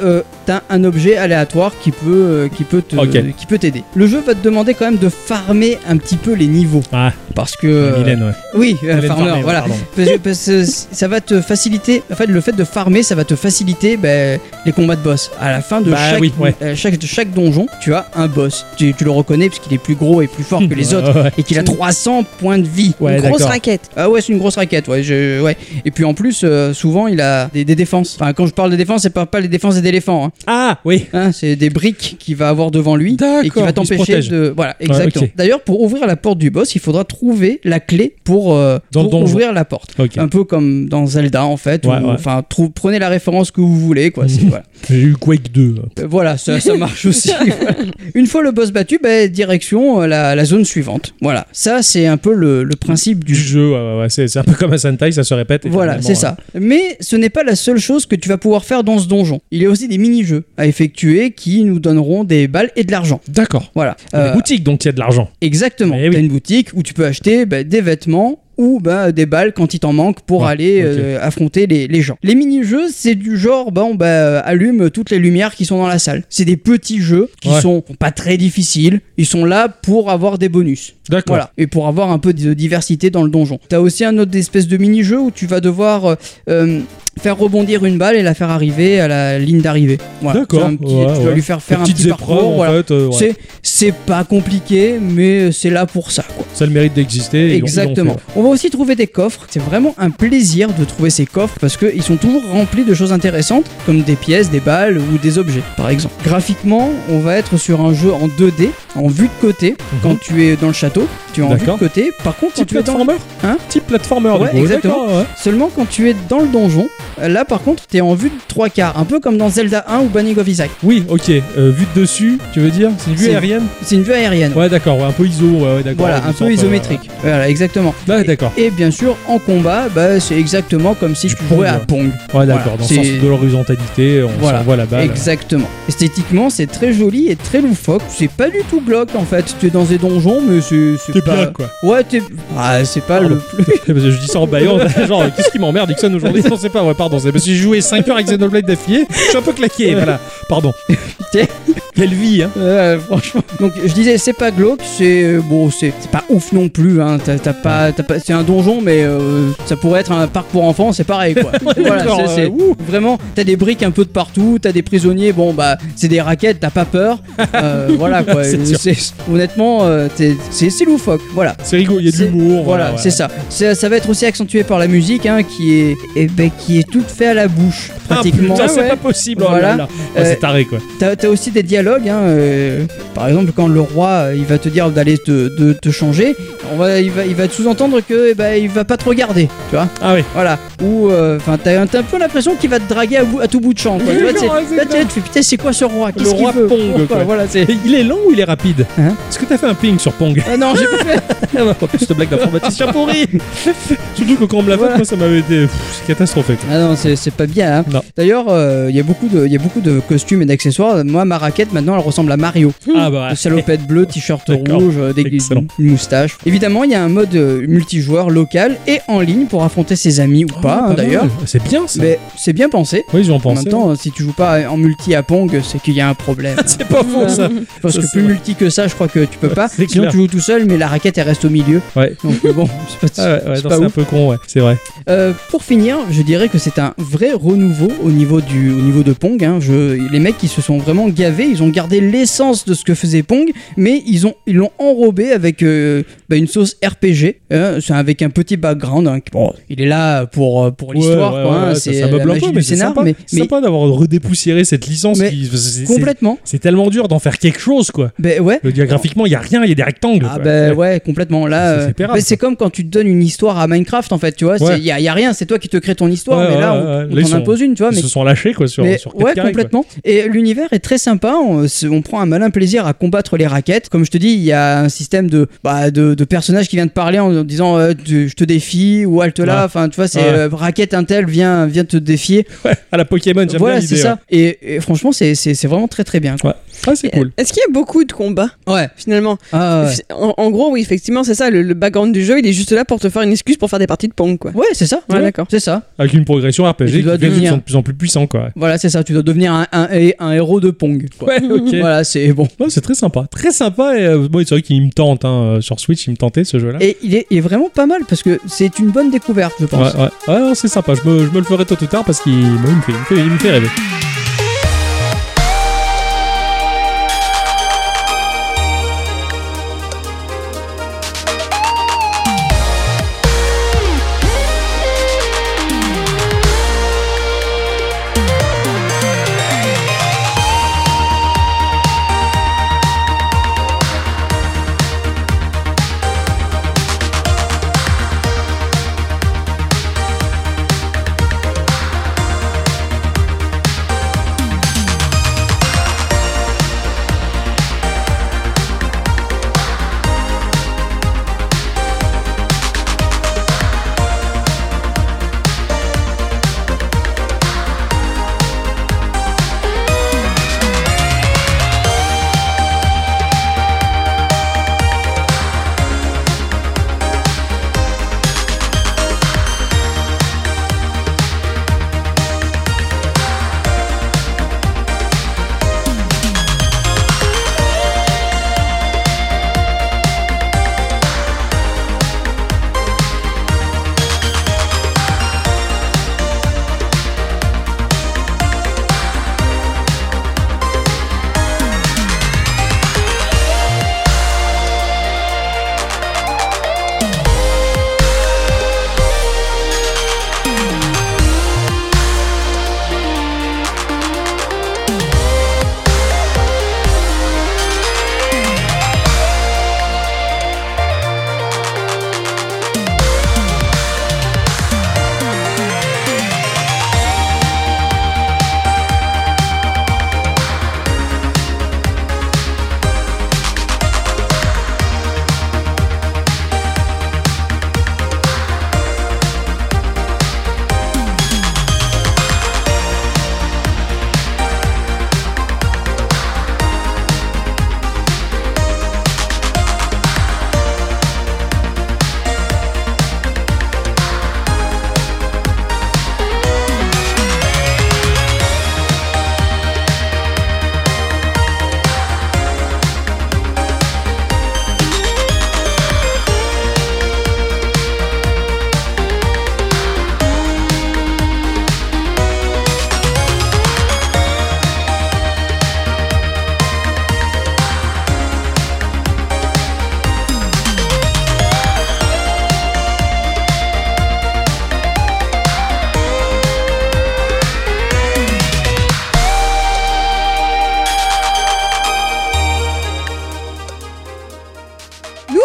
tu as un objet aléatoire qui peut, euh, qui peut te- Ok. qui peut t'aider. Le jeu va te demander quand même de farmer un petit peu les niveaux. Ah, Parce que. euh, Mylène, ouais. oui, euh, Mylène farmer, Farmer, ouais, voilà. pardon. Parce que- parce que ça va te faciliter. En fait, le fait de farmer, ça va te faciliter ben, les combats de boss. À la fin de Bah chaque, oui, ouais. euh, chaque, de chaque donjon, tu as un boss. Tu, tu le reconnais parce qu'il est plus gros et plus fort que les Ouais, autres ouais. et qu'il a 300 points de vie. Ouais, Une grosse d'accord. raquette. Ah ouais, c'est une grosse raquette, ouais, je- ouais. Et puis en plus, euh, souvent, il a des, des défenses. Enfin, quand je parle de défense, c'est pas, pas les défenses des éléphants. Hein. Ah, oui. Hein, c'est des briques qu'il va avoir devant lui D'accord, et qui il va se t'empêcher protège. de. Voilà, exactement. ok. D'ailleurs, pour ouvrir la porte du boss, il faudra trouver la clé pour, euh, Dans le pour donjon. ouvrir la porte. Ok. Un peu comme dans Zelda, en fait. où- Ouais, ouais. Enfin, trou- prenez la référence que vous voulez, quoi. c'est- voilà. J'ai eu Quake 2. Euh, voilà, ça, ça marche aussi. voilà. Une fois le boss battu, ben, direction euh, la, la zone suivante. Voilà, ça, c'est un peu le, le principe Du du jeu. jeu, ouais, ouais, ouais. C'est c'est un peu comme un Sentai, ça se répète. Voilà, éternellement, c'est ça. Mais ce n'est pas la seule chose que tu vas pouvoir faire dans ce donjon. Il y a aussi des mini-jeux à effectuer qui nous donneront des balles et de l'argent. ouais. hein. D'accord. Voilà. Des Euh, boutiques, donc il y a de l'argent. exactement. Eh oui. T'as une boutique où tu peux acheter bah, des vêtements ou bah, des balles quand il t'en manque pour Ouais, aller euh, affronter les, les gens. Les mini-jeux, c'est du genre, bah, on bah, euh, allume toutes les lumières qui sont dans la salle. C'est des petits jeux qui Ouais. sont pas très difficiles. Ils sont là pour avoir des bonus. D'accord. Voilà, et pour avoir un peu de diversité dans le donjon. T'as aussi un autre espèce de mini-jeu où tu vas devoir euh, euh, faire rebondir une balle et la faire arriver à la ligne d'arrivée. Voilà. D'accord, C'est un petit- ouais, tu vas ouais. lui faire Des faire un petites petit épreuves, parcours. en voilà. fait. euh, ouais. C'est- C'est pas compliqué, mais c'est là pour ça. quoi. Ça a le mérite d'exister. ils l'ont- ils l'ont Exactement. fait, ouais. On va aussi trouver des coffres. C'est vraiment un plaisir de trouver ces coffres parce qu'ils sont toujours remplis de choses intéressantes comme des pièces, des balles ou des objets, par exemple. Graphiquement, on va être sur un jeu en 2D, en vue de côté, Mhm. quand tu es dans le château. tu as envie de D'accord. côté. Par contre, quand Type tu es dans platformer Hein Type platformer, du Ouais, coup. exactement. D'accord, ouais. Seulement quand tu es dans le donjon, là par contre, t'es en vue de trois quarts, un peu comme dans Zelda 1 ou Banning of Isaac. Oui, ok. Euh, vue de dessus, tu veux dire C'est une vue C'est- aérienne C'est une vue aérienne. Ouais, d'accord, ouais, un peu iso, ouais, ouais, d'accord. Voilà, ouais, un je sens peu isométrique. Voilà, exactement. Ouais, Ouais, d'accord. Et bien sûr, en combat, bah, c'est exactement comme si Du tu jouais Pong, à ouais. Pong. Ouais, d'accord. dans Voilà, le c'est- sens de l'horizontalité, on Voilà, s'envoie la balle. Exactement. Esthétiquement, c'est très joli et très loufoque. C'est pas du tout glauque en fait. T'es dans des donjons, mais c'est c'est T'es pas. bien, quoi. Ouais, t'es. Ah, c'est pas Pardon. le plus. Parce que je dis ça en baillant, genre, qu'est-ce qui m'emmerde, Ixon, aujourd'hui Non, c'est pas, ouais, pardon, c'est parce que j'ai joué 5 heures avec Xenoblade d'affilée, je suis un peu claqué, voilà, pardon. T'es- Quelle vie, hein Ouais, franchement. Donc je disais c'est pas glauque, c'est euh, bon, c'est c'est pas ouf non plus. Hein. T'as t'as pas, t'as pas- c'est un donjon, mais euh, ça pourrait être un parc pour enfants, c'est pareil quoi. voilà, D'accord, c'est c'est- euh, ouh. vraiment. T'as des briques un peu de partout, t'as des prisonniers. Bon bah c'est des raquettes, t'as pas peur. Euh, voilà quoi. C'est sûr. C'est- honnêtement, euh, t'es- c'est c'est loufoque. Voilà. C'est rigolo, il y a de C'est- l'humour. Ah, Voilà, ouais. c'est ça. C'est- Ça va être aussi accentué par la musique, hein, qui est, eh ben, qui est toute faite à la bouche, Ah, pratiquement. putain, c'est Ouais. pas possible, oh Voilà. là là. Ouais, Euh, c'est taré, quoi. T'as t'as aussi des dialogues, hein, euh, par exemple quand le roi euh, il va te dire d'aller te, de- te changer, on va, il, va, il va te sous-entendre que eh ben, il va pas te regarder, tu vois, Ah ouais. voilà. Ou euh, enfin t'as un, t'as un peu l'impression qu'il va te draguer à, bout- à tout bout de champ, quoi. Tu vois, Genre, c'est- c'est là, tu clair. tu fais putain c'est quoi ce roi Qu'est-ce qu'il roi veut Pong, Pourquoi quoi. Voilà, c'est. Et il est lent ou il est rapide Hein Est-ce que t'as fait un ping sur Pong Ah non j'ai pas fait. Ah bah, cette blague d'informaticien pourri Surtout que quand on me l'a fait, Voilà. moi, ça m'avait été. pff, C'est catastrophique. Ah non c'est c'est pas bien. hein. Non. D'ailleurs euh, il y a beaucoup de il y a beaucoup de costumes et d'accessoires. Moi ma raquette maintenant elle ressemble à Mario. Ah bah. Une salopette bleue, t-shirt D'accord. rouge, euh, des Excellent. une moustache. Évidemment, il y a un mode euh, multijoueur local et en ligne pour affronter ses amis ou Ah, pas, hein, mal. d'ailleurs. C'est bien ça. Mais c'est bien pensé. Oui, j'en En pense. même temps, euh, si tu joues pas en multi à Pong, c'est qu'il y a un problème. hein. c'est pas faux ça. Parce que c'est plus vrai. multi que ça, je crois que tu peux pas. C'est Sinon, clair. tu joues tout seul, mais la raquette elle reste au milieu. Ouais. Donc euh, bon, c'est pas, Ah ouais, ouais, c'est non, pas c'est un ouf. peu con, ouais. C'est vrai. Euh, pour finir, je dirais que c'est un vrai renouveau au niveau du, au niveau de Pong. hein. Je- les mecs qui se sont vraiment gavés, ils ont gardé l'essence de ce que faisait Pong, mais ils ont, ils l'ont enrobé avec euh, bah, une sauce RPG. hein. c'est avec un petit background. hein, qui- bon, il est là pour euh, pour l'histoire. Ouais, quoi, ouais, hein. ouais, ça, c'est ça euh, la meuble un magie peu, du mais c'est scénar, sympa, mais, C'est mais sympa d'avoir redépoussiéré cette licence. Mais qui- c'est- c'est- complètement. C'est tellement dur d'en faire quelque chose, quoi. Ben ouais. Le dire graphiquement, il y a rien, il y a des rectangles. Ah quoi. ben ouais complètement là C'est- c'est euh, pérable, mais c'est comme quand tu te donnes une histoire à Minecraft en fait tu vois il Ouais. y, a- y a rien c'est toi qui te crée ton histoire Ouais, mais là ouais, on- ouais, on, là, ils t'en sont- impose une tu vois Ils mais se sont lâchés, quoi, sur, Mais sur quatre ouais, carrés, quoi. complètement. Et l'univers est très sympa. On, se- on prend un malin plaisir à combattre les raquettes. Comme je te dis, il y a un système de, bah, de, de personnages qui vient te parler en disant euh, tu- je te défie ou halte là. Ouais. Enfin, tu vois, c'est Ouais. euh, raquette Intel vient, vient te défier. Ouais, à la Pokémon, j'aime Voilà, bien l'idée. c'est ça. Et, et franchement, c'est- c'est c'est vraiment très très bien. Ouais. Ah, c'est cool. Est-ce qu'il y a beaucoup de combats Ouais. finalement Ah, ouais. en, en gros, oui, effectivement, c'est ça. Le, le background du jeu, il est juste là pour te faire une excuse pour faire des parties de Pong, quoi. Ouais, c'est ça. Ouais, d'accord. C'est ça. Avec une progression RPG Et tu qui dois devient de plus en- devenir- de plus en plus puissant, quoi. Voilà, c'est ça. Tu dois devenir un, un, un héros de Pong. quoi. Ouais, ok. Voilà, c'est bon. Ouais, c'est très sympa. Très sympa. Et euh, bon, c'est vrai qu'il me tente. hein, euh, sur Switch, il me tentait ce jeu-là. Et il est, il est vraiment pas mal parce que c'est une bonne découverte, je Ouais, pense. ouais. Ouais, non, c'est sympa. Je me, je me le ferai tôt ou tard parce qu'il bon, il me, fait, il me fait- il me fait rêver.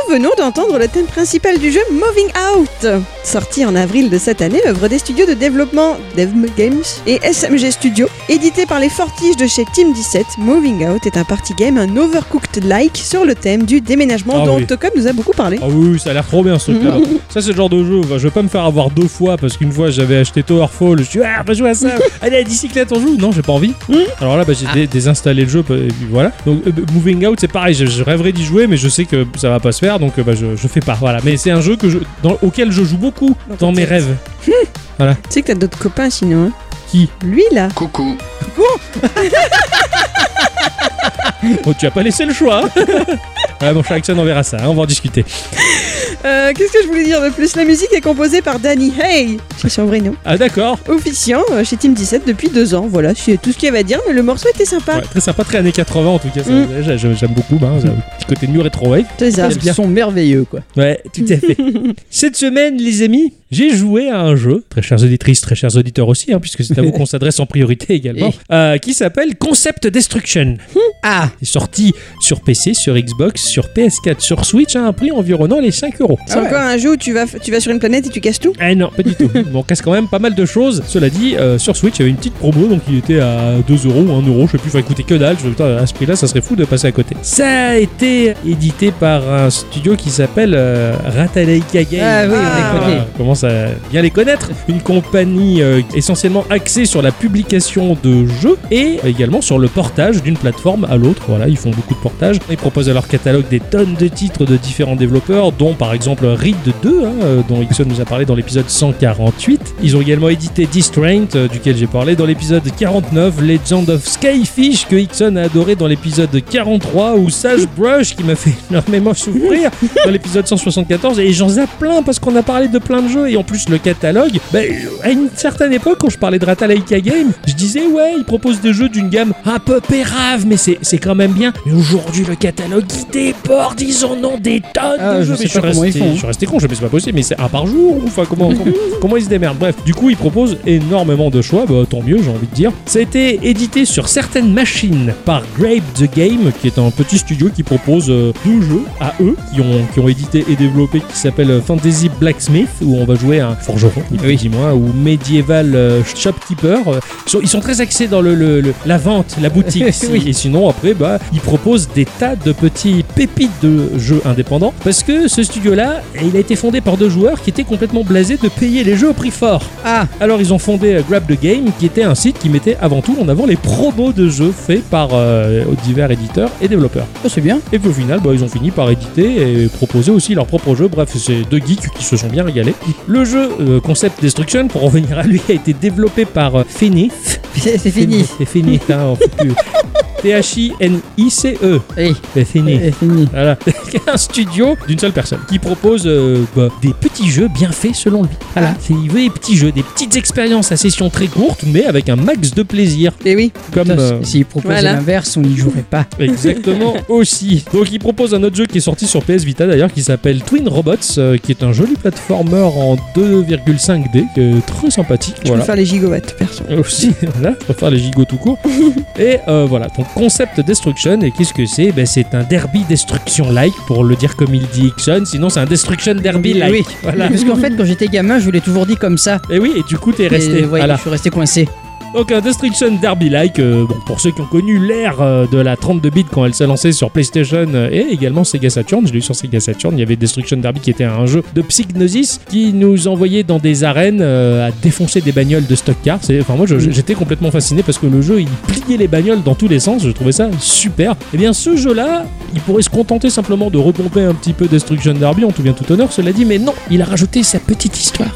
venons d'entendre le thème principal du jeu Moving Out, sorti en avril de cette année, œuvre des studios de développement Devm Games et SMG Studio, édité par les Fortiges de chez Team 17. Moving Out est un party game, un overcooked like sur le thème du déménagement Ah dont oui. Tocom nous a beaucoup parlé. Ah oui, oui, ça a l'air trop bien ce Mhm. truc-là. ça, c'est le genre de jeu. enfin, je vais pas me faire avoir deux fois parce qu'une fois j'avais acheté Tower Fall. Je suis ah, on va jouer à ça. Allez, à bicyclette, on joue. Non, j'ai pas envie. Mhm. Alors là, bah, j'ai Ah. dé- désinstallé le jeu. bah, Et puis voilà. Donc, euh, Moving Out, c'est pareil. Je, je rêverais d'y jouer, mais je sais que ça va pas se faire. Donc, euh, bah, je, je fais pas. Voilà. Mais c'est un jeu que je, dans- auquel je joue beaucoup Dans dans ta mes tête. rêves. Tu sais que t'as d'autres copains sinon. hein. Ah. Qui Lui là, Coucou. Oh, tu as pas laissé le choix. hein. ouais, bon, Shaxon, on verra ça. hein, on va en discuter. Euh, qu'est-ce que je voulais dire de plus La musique est composée par Danny Hay, c'est son vrai nom, Ah, d'accord. officiant euh, chez Team 17 depuis deux ans. Voilà, c'est tout ce qu'il y avait à dire, mais le morceau était sympa. Ouais, très sympa, très années 80 en tout cas. ça, Mm. j'a- j'a- J'aime beaucoup. Bah, hein, ça- Petit côté New Retro Wave. C'est ça. Parce qu'ils sont merveilleux, quoi. Ouais, tout à fait. Cette semaine, les amis, j'ai joué à un jeu, très chères auditrices, très chers auditeurs aussi, hein, puisque c'est à vous qu'on s'adresse en priorité également, euh, qui s'appelle Concept Destruction. Ah C'est sorti sur PC, sur Xbox, sur PS4, sur Switch à un prix environnant les 5 euros. C'est Ah ouais. encore un jeu où tu vas, tu vas sur une planète et tu casses tout Ah non, pas du tout. bon, on casse quand même pas mal de choses. Cela dit, euh, sur Switch, il y avait une petite promo, donc il était à 2 euros ou 1 euro, je sais plus, enfin, il coûtait que dalle. Je me dis, putain, à ce prix-là, ça serait fou de passer à côté. Ça a été édité par un studio qui s'appelle euh, Rataleika Games. Ah oui, on les connaît. on commence à bien les connaître. Une compagnie euh, essentiellement axée sur la publication de jeux et également sur le portage d'une plateforme à l'autre. Voilà, ils font beaucoup de portage. Ils proposent à leur catalogue des tonnes de titres de différents développeurs, dont par exemple Reed 2, hein, euh, dont Ixon nous a parlé dans l'épisode 148. Ils ont également édité Distraint, euh, duquel j'ai parlé dans l'épisode 49, Legend of Skyfish, que Ixon a adoré dans l'épisode 43, ou Sage Brush, qui m'a fait énormément souffrir dans l'épisode 174 et j'en zappe plein parce qu'on a parlé de plein de jeux et en plus le catalogue ben, à une certaine époque quand je parlais de Ratalaika Game je disais ouais ils proposent des jeux d'une gamme un peu pérave mais c'est c'est quand même bien mais aujourd'hui le catalogue il déborde ils en ont des tonnes Ah, de je jeux sais mais je, suis pas comment resté, ils font, hein. je suis resté con je me c'est pas possible mais c'est un par jour ou enfin comment comment- comment ils se démerdent bref du coup ils proposent énormément de choix bah, tant mieux j'ai envie de dire ça a été édité sur certaines machines par Grape the Game qui est un petit studio qui propose euh, deux jeux à eux qui ont, qui ont édité et développé qui s'appelle euh, Fantasy Blacksmith où on va jouer à un forgeron dis-moi ou Medieval euh, Shopkeeper Euh, ils sont, ils sont très axés dans le, le- le- la vente la boutique si- Oui. et sinon après bah, ils proposent des tas de petits pépites de jeux indépendants parce que ce studio là il a été fondé par deux joueurs qui étaient complètement blasés de payer les jeux au prix fort Ah alors ils ont fondé euh, Grab the Game, qui était un site qui mettait avant tout en avant les promos de jeux faits par euh, divers éditeurs et développeurs. ça, Oh, c'est bien. Et puis au final, bah, ils ont fini par éditer et proposer aussi leurs propres jeux. Bref, c'est deux geeks qui se sont bien régalés. Le jeu euh, Concept Destruction, pour revenir à lui, a été développé par euh, Phoenix. C'est c'est fini. C'est Phoenix, hein, on fait plus. T-H-I-N-I-C-E. Oui, E. C'est Phoenix. c'est fini. Voilà, un studio d'une seule personne qui propose euh, bah, des petits jeux bien faits selon lui. Voilà, Ah. C'est- il veut des petits jeux, des petites expériences à session très courte, mais avec un max de plaisir. Et Eh oui. Comme Putain, euh, s- S'ils proposaient voilà. l'inverse, on n'y jouerait pas. exactement aussi. Donc il propose un autre jeu qui est sorti sur PS Vita d'ailleurs, qui s'appelle Twin Robots, euh, qui est un joli platformer en 2,5D, qui est euh, très sympathique. Je voilà. peux faire les gigawatts, perso. Euh, aussi, voilà, je préfère les gigots tout court. et euh, voilà, donc concept destruction, et qu'est-ce que c'est ben, C'est un derby destruction-like, pour le dire comme il dit Ixon, sinon c'est un destruction derby-like. Oui. Voilà. Parce qu'en fait, quand j'étais gamin, je vous l'ai toujours dit comme ça. Et oui, et du coup t'es resté. Et, ouais, voilà. Je suis resté coincé. Donc un Destruction Derby-like, euh, bon, pour ceux qui ont connu l'ère euh, de la 32 bits quand elle s'est lancée sur PlayStation euh, et également Sega Saturn, je l'ai eu sur Sega Saturn, il y avait Destruction Derby qui était un jeu de Psygnosis qui nous envoyait dans des arènes euh, à défoncer des bagnoles de stock car. C'est- Enfin moi je- j'étais complètement fasciné parce que le jeu il pliait les bagnoles dans tous les sens, je trouvais ça super. Et bien ce jeu-là, il pourrait se contenter simplement de repomper un petit peu Destruction Derby, on tout bien tout honneur, cela dit, mais non, il a rajouté sa petite histoire.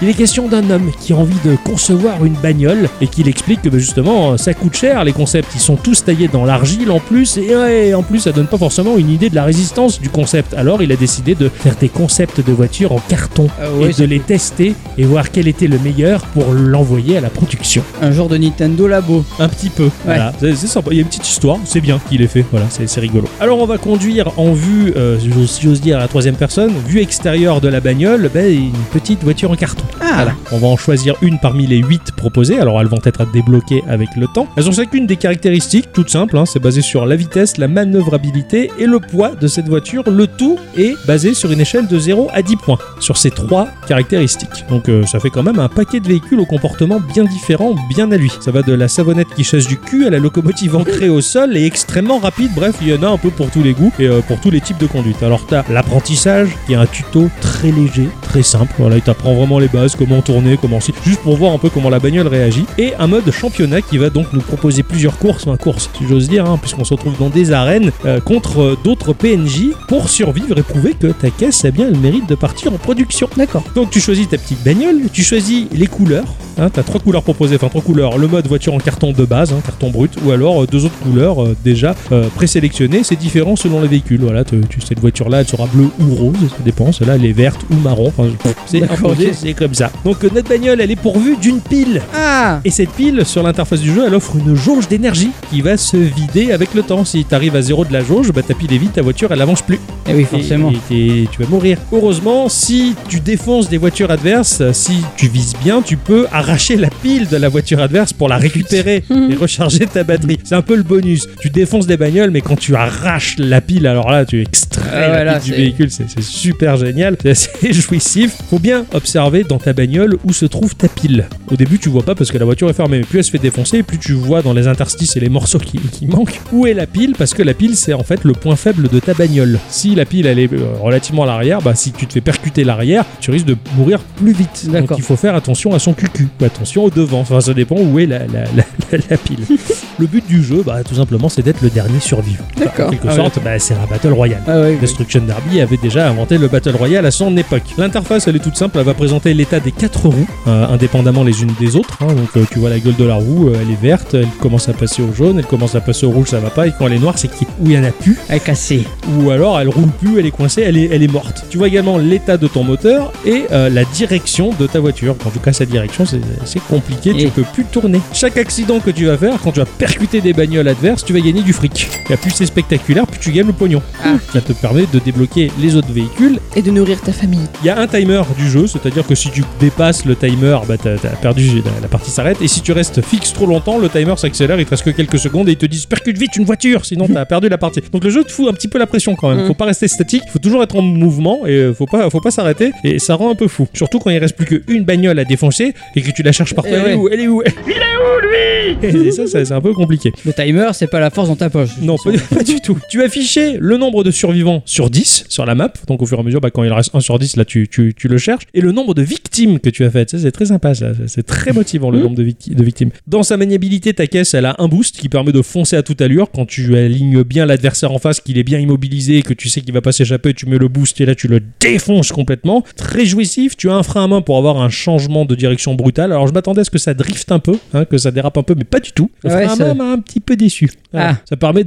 Il est question d'un homme qui a envie de concevoir une bagnole et qu'il explique que bah, justement euh, ça coûte cher, les concepts ils sont tous taillés dans l'argile en plus et ouais, en plus ça donne pas forcément une idée de la résistance du concept. Alors il a décidé de faire des concepts de voitures en carton Ah et ouais, de c'est les tester et voir quel était le meilleur pour l'envoyer à la production. un genre de Nintendo Labo. Un petit peu. Voilà, c'est c'est sympa. Il y a une petite histoire, c'est bien qu'il ait fait. Voilà, c'est c'est rigolo. Alors on va conduire en vue, euh, si j'ose- si j'ose dire, à la troisième personne, vue extérieure de la bagnole, ben, une petite voiture en carton. Ah Voilà. On va en choisir une parmi les huit proposées. Alors elles vont peut-être à débloquer avec le temps. Elles ont chacune des caractéristiques toutes simples, hein, c'est basé sur la vitesse, la manœuvrabilité et le poids de cette voiture. Le tout est basé sur une échelle de 0 à 10 points, sur ces trois caractéristiques. Donc euh, ça fait quand même un paquet de véhicules au comportement bien différent, bien à lui. Ça va de la savonnette qui chasse du cul à la locomotive ancrée au sol et extrêmement rapide, bref, il y en a un peu pour tous les goûts et euh, pour tous les types de conduite. Alors t'as l'apprentissage qui est un tuto très léger, très simple, voilà, il t'apprend vraiment les bases, comment tourner, comment si, juste pour voir un peu comment la bagnole réagit, et un mode championnat qui va donc nous proposer plusieurs courses, enfin courses si j'ose dire, hein, puisqu'on se retrouve dans des arènes euh, contre euh, d'autres PNJ pour survivre et prouver que ta caisse a bien le mérite de partir en production. D'accord. Donc tu choisis ta petite bagnole, tu choisis les couleurs. Hein, t'as trois couleurs proposées, enfin trois couleurs. Le mode voiture en carton de base, hein, carton brut, ou alors euh, deux autres couleurs euh, déjà euh, présélectionnées. C'est différent selon les véhicules. Voilà, te- tu, cette voiture-là, elle sera bleue ou rose, ça dépend. Celle-là, elle est verte ou marron. Enfin, je- c'est D'accord, imposé, ok. c'est comme ça. Donc euh, notre bagnole, elle est pourvue d'une pile. Ah Et cette pile, sur l'interface du jeu, elle offre une jauge d'énergie qui va se vider avec le temps. Si t'arrives à zéro de la jauge, bah ta pile est vide, ta voiture, elle avance plus. Eh oui, Et- forcément. Et, et tu vas mourir. Heureusement, si tu défonces des voitures adverses, si tu vises bien, tu peux arracher la pile de la voiture adverse pour la récupérer et recharger ta batterie. C'est un peu le bonus. Tu défonces des bagnoles, mais quand tu arraches la pile, alors là, tu extrais Ah la ouais, là, pile du c'est- véhicule. C'est c'est super génial. C'est assez jouissif. Faut bien observer dans ta bagnole où se trouve ta pile. Au début, tu vois pas parce que la voiture est fermée. Mais plus elle se fait défoncer, plus tu vois dans les interstices et les morceaux qui, qui manquent où est la pile parce que la pile, c'est en fait le point faible de ta bagnole. Si la pile, elle est euh, relativement à l'arrière, bah, si tu te fais percuter l'arrière, tu risques de mourir plus vite. Donc D'accord. il faut faire attention à son cucu ou attention au devant. Enfin, ça dépend où est la, la- la- la- la pile. le but du jeu, bah, tout simplement, c'est d'être le dernier survivant. En D'accord. quelque Ah ouais, sorte, bah, c'est un battle royal. Ah oui, oui. Destruction Derby avait déjà inventé le Battle Royale à son époque. L'interface, elle est toute simple, elle va présenter l'état des quatre roues, euh, indépendamment les unes des autres. hein. donc euh, tu vois la gueule de la roue, euh, elle est verte, elle commence à passer au jaune, elle commence à passer au rouge, ça va pas, et quand elle est noire, c'est qu'il où il y en a plus, Ah, cassé. ou alors elle roule plus, elle est coincée, elle est, elle est morte. Tu vois également l'état de ton moteur et euh, la direction de ta voiture. En tout cas, sa direction, c'est c'est compliqué, tu Et- peux plus tourner. Chaque accident que tu vas faire, quand tu vas percuter des bagnoles adverses, tu vas gagner du fric. Et plus c'est spectaculaire, plus tu gagnes le pognon. Ah. Ça te permet de débloquer les autres véhicules. Et de nourrir ta famille. Il y a un timer du jeu, c'est-à-dire que si tu dépasses le timer, bah t'as t'as perdu, la, la partie s'arrête. Et si tu restes fixe trop longtemps, le timer s'accélère, il te reste que quelques secondes et ils te disent percute vite une voiture, sinon t'as perdu la partie. Donc le jeu te fout un petit peu la pression quand même. Mm. Faut pas rester statique, faut toujours être en mouvement et euh, faut pas, faut pas s'arrêter. Et ça rend un peu fou. Surtout quand il reste plus qu'une bagnole à défoncer et que tu la cherches partout. Eh Elle ouais. est où Elle est où Il est où lui Et ça, ça, c'est un peu compliqué. Le timer, c'est pas la force dans ta poche. Non, pas, pas du tout. Tu affichais le nombre de survivants sur 10 sur la map. Donc au fur et à mesure, bah, quand il reste 1 sur 10, là tu, tu, tu le cherches. Et le nombre de victimes que tu as faites. Ça, c'est très sympa. ça. C'est- C'est très motivant le nombre de, victi- de victimes. Dans sa maniabilité, ta caisse, elle a un boost qui permet de foncer à toute allure. Quand tu alignes bien l'adversaire en face, qu'il est bien immobilisé, que tu sais qu'il va pas s'échapper, tu mets le boost et là tu le défonces complètement. Très jouissif. Tu as un frein à main pour avoir un changement de direction brutal. Alors je m'attendais à ce que ça drifte un peu, hein, que ça dérape un peu, mais pas du tout. Le Ouais, frein à ça- main m'a un petit peu déçu. Voilà. Ah. Ça permet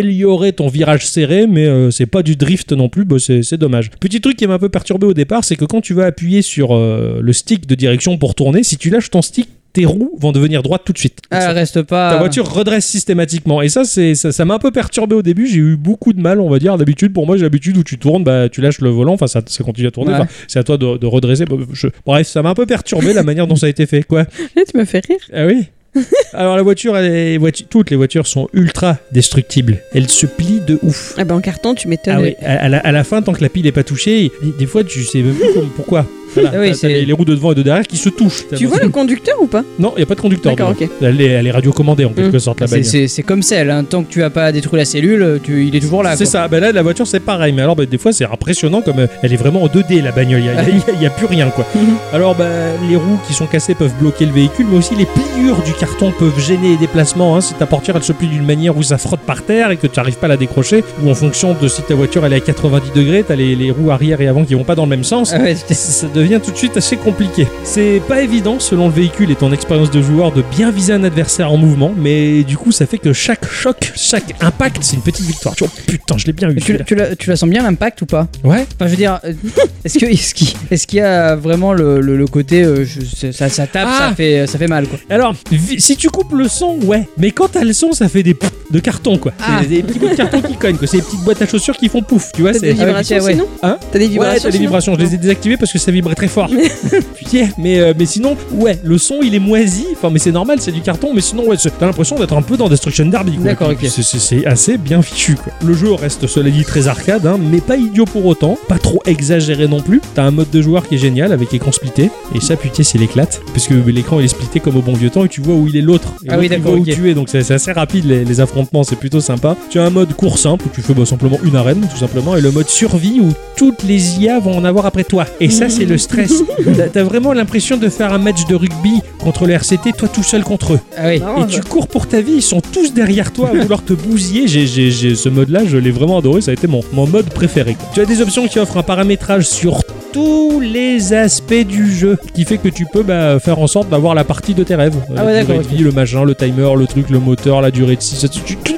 d'améliorer ton virage serré, mais euh, c'est pas du drift non plus, bah, c'est c'est dommage. Petit truc qui m'a un peu perturbé au départ, c'est que quand tu vas appuyer sur euh, le stick de direction pour tourner, si tu lâches ton stick, tes roues vont devenir droites tout de suite. Ah, Ça- reste pas. ta voiture redresse systématiquement. Et ça, c'est ça, ça m'a un peu perturbé au début. J'ai eu beaucoup de mal, on va dire. D'habitude, pour moi, j'ai l'habitude où tu tournes, bah, tu lâches le volant, enfin, ça, ça continue à tourner. Ouais. Enfin, c'est à toi de, de redresser. Bah, je- Bref, ça m'a un peu perturbé la manière dont ça a été fait, quoi. Là, tu me fais rire. Ah oui Alors la voiture, elle est- voitu- toutes les voitures sont ultra destructibles. Elles se plient de ouf. Ah bah en carton, tu m'étonnes. Ah oui, à, à la, à la fin, tant que la pile n'est pas touchée, des, des fois tu sais même plus comme- pourquoi. Voilà, Ah oui, t'as- t'as c'est- les, les roues de devant et de derrière qui se touchent. Tu vois le conducteur ou pas Non, il n'y a pas de conducteur. D'accord, dedans. ok. Mmh. Ah, elle, est, elle est radiocommandée en quelque sorte la C'est- bagnole. C'est c'est comme celle, hein. tant que tu as pas détruit la cellule, euh, tu- il est toujours là. C'est quoi. ça, bah là la voiture c'est pareil, mais alors bah, des fois c'est impressionnant comme euh, elle est vraiment en 2D la bagnole, il n'y a, plus rien quoi. Mhm. alors bah, les roues qui sont cassées peuvent bloquer le véhicule, mais aussi les pliures du carton peuvent gêner les déplacements. hein. Si ta portière elle se plie d'une manière où ça frotte par terre et que tu n'arrives pas à la décrocher, ou en fonction de si ta voiture elle est à 90 degrés, t'as les, les roues arrière et avant qui vont pas dans le même sens, Ah ouais, c'est- ça devient tout de suite assez compliqué. C'est pas évident, selon le véhicule et ton expérience de joueur, de bien viser un adversaire en mouvement, mais du coup, ça fait que chaque choc, chaque impact, c'est une petite victoire. Tu vois, oh putain, je l'ai bien eu. tu, celui-là. tu la, tu la sens bien l'impact ou pas Ouais. Enfin, je veux dire, euh, est-ce que- est-ce qu'il est-ce qu'il y a vraiment le, le- le côté euh, je- ça, ça tape, Ah ça, fait, ça fait mal quoi Alors, vi- si tu coupes le son, ouais, mais quand t'as le son, ça fait des pouf de carton, quoi. Ah. C'est Des petits bouts de carton qui cognent, quoi. C'est des petites boîtes à chaussures qui font pouf, tu vois. T'as c'est- des vibrations ah ouais, sinon Hein T'as des Ouais, vibrations t'as des sinon vibrations. Je les ai désactivées parce que ça vibrait vrai très fort. Putain, mais, euh, mais sinon, ouais, le son il est moisi. Enfin, mais c'est normal, c'est du carton. Mais sinon, ouais, c'est- t'as l'impression d'être un peu dans Destruction Derby. quoi. D'accord, Et puis, ok. c'est- C'est c'est assez bien fichu. Quoi. Le jeu reste, cela dit, très arcade, hein, mais pas idiot pour autant. Pas trop exagéré non plus. T'as un mode de joueur qui est génial avec écran splitté. Et ça, putain, c'est l'éclate. Parce que l'écran il est splitté comme au bon vieux temps et tu vois où il est l'autre. Et Ah oui, l'autre, il d'accord, voit où ok. tu es. Donc c'est c'est assez rapide les, les affrontements, c'est plutôt sympa. Tu as un mode court simple où tu fais bah, simplement une arène, tout simplement, et le mode survie où toutes les IA vont en avoir après toi. Et ça, c'est le stress. T'as- T'as vraiment l'impression de faire un match de rugby contre le RCT, toi tout seul contre eux. Ah oui. Marrant, Et tu ça. cours pour ta vie, ils sont tous derrière toi à vouloir te bousiller. J'ai, j'ai- j'ai- ce mode-là, je l'ai vraiment adoré, ça a été mon, mon mode préféré. Tu as des options qui offrent un paramétrage sur tous les aspects du jeu, qui fait que tu peux bah, faire en sorte d'avoir la partie de tes rêves. Euh, Ah ouais, La durée d'accord, de vie, le machin, le timer, le truc, le moteur, la durée de 6,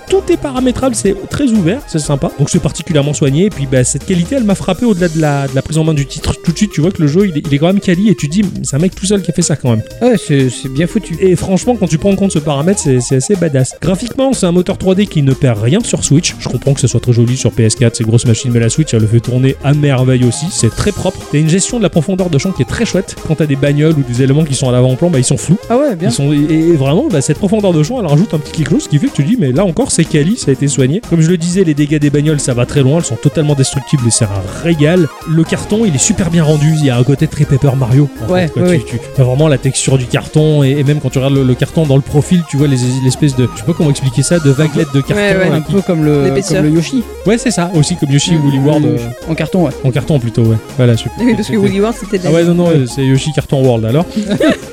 tout est paramétrable, c'est très ouvert, c'est sympa. Donc c'est particulièrement soigné, et puis bah, cette qualité, elle m'a frappé au-delà de la, de la prise en main du titre. Tout de suite, tu vois que le jeu, il est, il est quand même quali, et tu te dis, c'est un mec tout seul qui a fait ça quand même. Ouais, c'est c'est bien foutu. Et franchement, quand tu prends en compte ce paramètre, c'est c'est assez badass. Graphiquement, c'est un moteur 3D qui ne perd rien sur Switch. Je comprends que ça soit très joli sur PS4, ces grosses machines, mais la Switch, elle le fait tourner à merveille aussi. C'est très propre. T'as une gestion de la profondeur de champ qui est très chouette. Quand t'as des bagnoles ou des éléments qui sont à l'avant-plan, bah ils sont flous. Ah ouais, bien. Ils sont, et, et vraiment, bah, cette profondeur de champ, elle rajoute un petit quelque chose qui fait que tu dis, mais là encore, c'est quali, ça a été soigné. Comme je le disais, les dégâts des bagnoles, ça va très loin, elles sont totalement destructibles et c'est un régal. Le carton, il est super bien rendu, il y a un côté très Paper Mario. en Ouais, quoi. ouais, Tu- tu, as vraiment la texture du carton et, et même quand tu regardes le, le carton dans le profil, tu vois les- l'espèce de, je sais pas comment expliquer ça, de vaguelettes de carton. Ouais, ouais. là, un qui- peu comme le, L'épaisseur. comme le Yoshi. Ouais, c'est ça, aussi comme Yoshi Woolly Le- World, le- euh, En carton, ouais. en carton plutôt, ouais. Voilà, super. Ah Oui, parce que Woody World, c'était de la Ah ouais, non, non, euh, c'est Yoshi Carton World alors.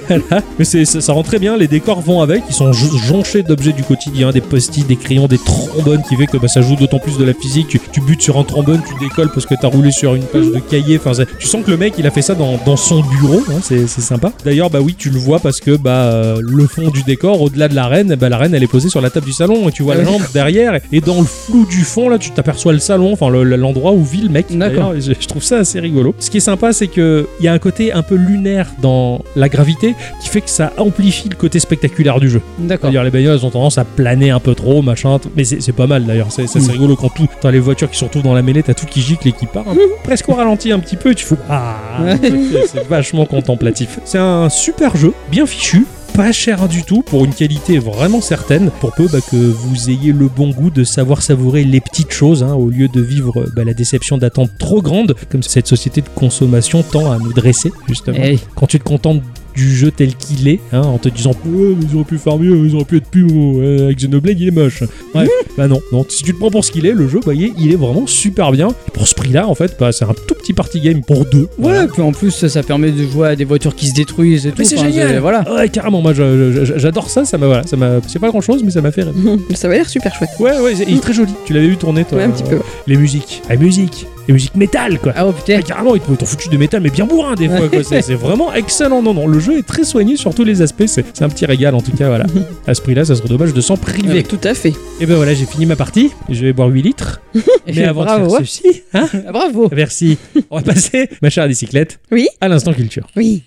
Voilà. Mais c'est- ça, ça rend très bien, les décors vont avec, ils sont jo- jonchés d'objets du quotidien, des post-it, des crayons, des trombones qui fait que bah, ça joue d'autant plus de la physique. Tu, tu butes sur un trombone, tu décolles parce que t'as roulé sur une page de cahier. Enfin, c'est- tu sens que le mec il a fait ça dans, dans son bureau, hein, c'est c'est sympa. D'ailleurs, bah oui, tu le vois parce que bah euh, le fond du décor, au-delà de la reine, bah, la reine elle est posée sur la table du salon et tu vois la lampe derrière et dans le flou du fond là, tu t'aperçois le salon, enfin le- le- l'endroit où vit le mec. D'accord. D'ailleurs, et Je, je trouve ça assez rigolo. Ce qui est sympa, c'est que il y a un côté un peu lunaire dans la gravité qui fait que ça amplifie le côté spectaculaire du jeu. D'accord. D'ailleurs, les bagnoles elles ont tendance à planer un peu trop, machin. tout. Mais c'est c'est pas mal d'ailleurs. C'est c'est assez Mm. rigolo quand tout. T'as les voitures qui se retrouvent dans la mêlée, t'as tout qui gicle et qui part. un- presque au ralenti un petit peu. Tu fous. Ah, c'est- c'est vachement contemplatif. C'est un super jeu, bien fichu. Pas cher du tout pour une qualité vraiment certaine, pour peu bah, que vous ayez le bon goût de savoir savourer les petites choses hein, au lieu de vivre bah, la déception d'attentes trop grandes, comme cette société de consommation tend à nous dresser justement Eh, quand tu te contentes du jeu tel qu'il est, hein, en te disant ouais, mais ils auraient pu faire mieux, ils auraient pu être plus beaux, euh, avec Xenoblade il est moche. Bref, bah non, non, si tu le prends pour ce qu'il est, le jeu, bah, il, est, il est vraiment super bien. Et pour ce prix-là, en fait, bah, c'est un tout petit party game pour deux. Ouais, puis en plus, ça permet de jouer à des voitures qui se détruisent et tout. c'est Enfin, génial. Voilà. Ouais, carrément, moi je- je- je- j'adore ça, ça m'a, voilà, ça m'a, c'est pas grand chose, mais ça m'a fait rêver. Ça va l'air super chouette. Ouais, ouais, c'est- il est très joli. Tu l'avais vu tourner, toi euh, Ouais, un petit peu. Les musiques, la musique, les musiques métal, quoi. Ah oh putain. Ah, carrément, ils te- ils t'ont foutu de métal, mais bien bourrin des fois. Ouais. quoi. C'est c'est vraiment excellent. Non, non, le jeu est très soigné sur tous les aspects. C'est c'est un petit régal en tout cas. Voilà. À ce prix-là, ça serait dommage de s'en priver. Tout à fait. Et ben voilà, j'ai fini ma partie. Je vais boire 8 litres. Mais avant de Eh ben, bravo. faire ouais. ceci, hein, Ah, bravo. merci. On va passer, ma chère bicyclette, Oui. à l'instant culture. Oui.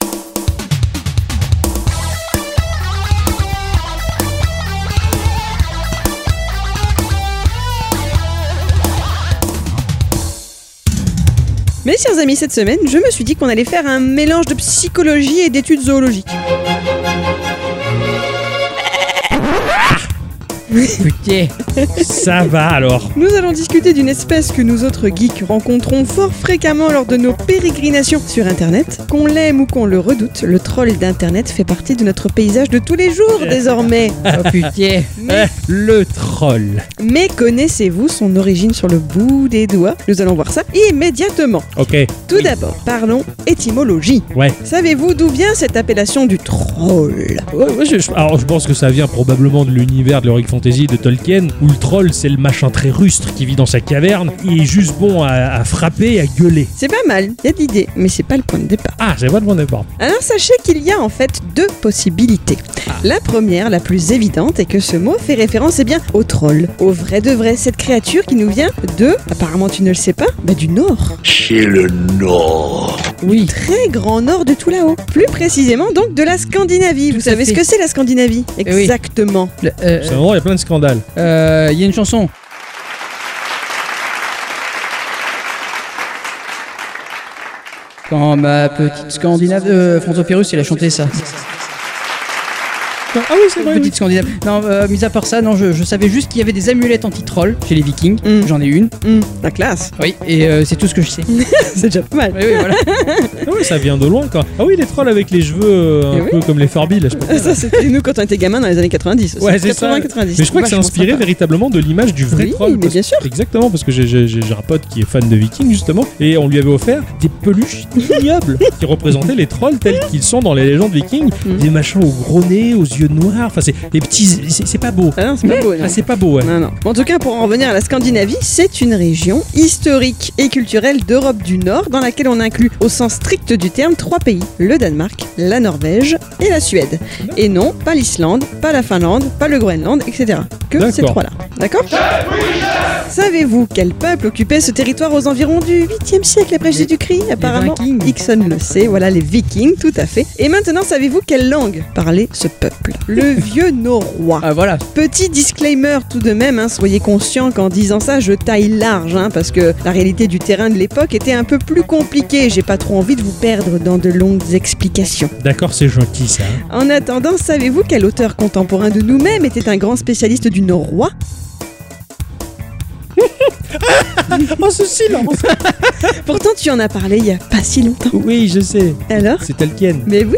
Mes chers amis, cette semaine, je me suis dit qu'on allait faire un mélange de psychologie et d'études zoologiques. Putain. Ça va alors. Nous allons discuter d'une espèce que nous autres geeks rencontrons fort fréquemment lors de nos pérégrinations sur Internet. Qu'on l'aime ou qu'on le redoute, le troll d'Internet fait partie de notre paysage de tous les jours désormais. Oh putain. Eh, Le troll. Mais connaissez-vous son origine sur le bout des doigts Nous allons voir ça immédiatement. Ok. Tout d'abord, parlons étymologie. Ouais. Savez-vous d'où vient cette appellation du troll Oh, Ouais, ouais, je- je- alors je pense que ça vient probablement de l'univers de l'Heroic Fantasy de Tolkien, où le troll c'est le machin très rustre qui vit dans sa caverne, il est juste bon à, à frapper et à gueuler. C'est pas mal, il y a de l'idée, mais c'est pas le point de départ. Ah, c'est pas de mon départ. Alors sachez qu'il y a en fait deux possibilités. La première, la plus évidente, est que ce mot fait référence eh bien au troll, au vrai de vrai, cette créature qui nous vient de, apparemment tu ne le sais pas, bah, du nord. Chez le Nord. Oui. Très grand nord de tout là-haut. Plus précisément donc de la Scandinavie. Vous à savez fait. ce que c'est la Scandinavie oui. Exactement. Le- C'est euh, un moment, il y a plein de scandales. euh, Il y a une chanson. Quand ma petite Scandinave. euh, François Pérus, il a chanté ça. Ah oui, c'est vrai. oui. Petite Scandinave. Non, euh, mis à part ça, non, je, je savais juste qu'il y avait des amulettes anti-troll chez les Vikings. Mm. J'en ai une. Hum, la classe, Oui, et euh, c'est tout ce que je sais. Mm. Oui, c'est déjà pas mal. oui, voilà. Ah oui, ça vient de loin quand. Ah oui, les trolls avec les cheveux euh, un Eh oui. peu comme les Furby là. Je crois. Ça, c'était nous quand on était gamin dans les années 90. Ouais, c'est ça. 80, 90. Mais je crois que c'est Vachement inspiré sympa. véritablement de l'image du vrai Oui, troll. mais parce- bien sûr. Exactement, parce que j'ai- j'ai j'ai- j'ai un pote qui est fan de Vikings justement, et on lui avait offert des peluches ignobles qui représentaient les trolls tels qu'ils sont dans les légendes vikings. Mhm. Des machins au gros nez, aux yeux noirs, enfin c'est des petits. C'est c'est pas beau. Ah non, c'est pas beau, non. Ah, c'est pas beau, ouais. Non, non. En tout cas, pour en revenir à la Scandinavie, c'est une région historique et culturelle d'Europe du Nord dans laquelle on inclut au sens strict du terme trois pays, le Danemark, la Norvège et la Suède. Et non, pas l'Islande, pas la Finlande, pas le Groenland, etc. Que ces D'accord. trois-là. D'accord Savez-vous quel peuple occupait ce territoire aux environs du 8e siècle après Jésus-Christ Apparemment, Vikings. Ixon le sait, voilà les Vikings, tout à fait. Et maintenant, savez-vous quelle langue parlait ce peuple Le vieux norrois. Ah, voilà. Petit disclaimer tout de même, hein, soyez conscient qu'en disant ça, je taille large, hein, parce que la réalité du terrain de l'époque était un peu plus compliquée. J'ai pas trop envie de vous perdre dans de longues explications. D'accord, c'est gentil ça. hein. En attendant, savez-vous quel auteur contemporain de nous-mêmes était un grand spécialiste du norrois Oh ce silence Pourtant, tu en as parlé il y a pas si longtemps. Oui, je sais, Alors c'est Tolkien. Mais oui,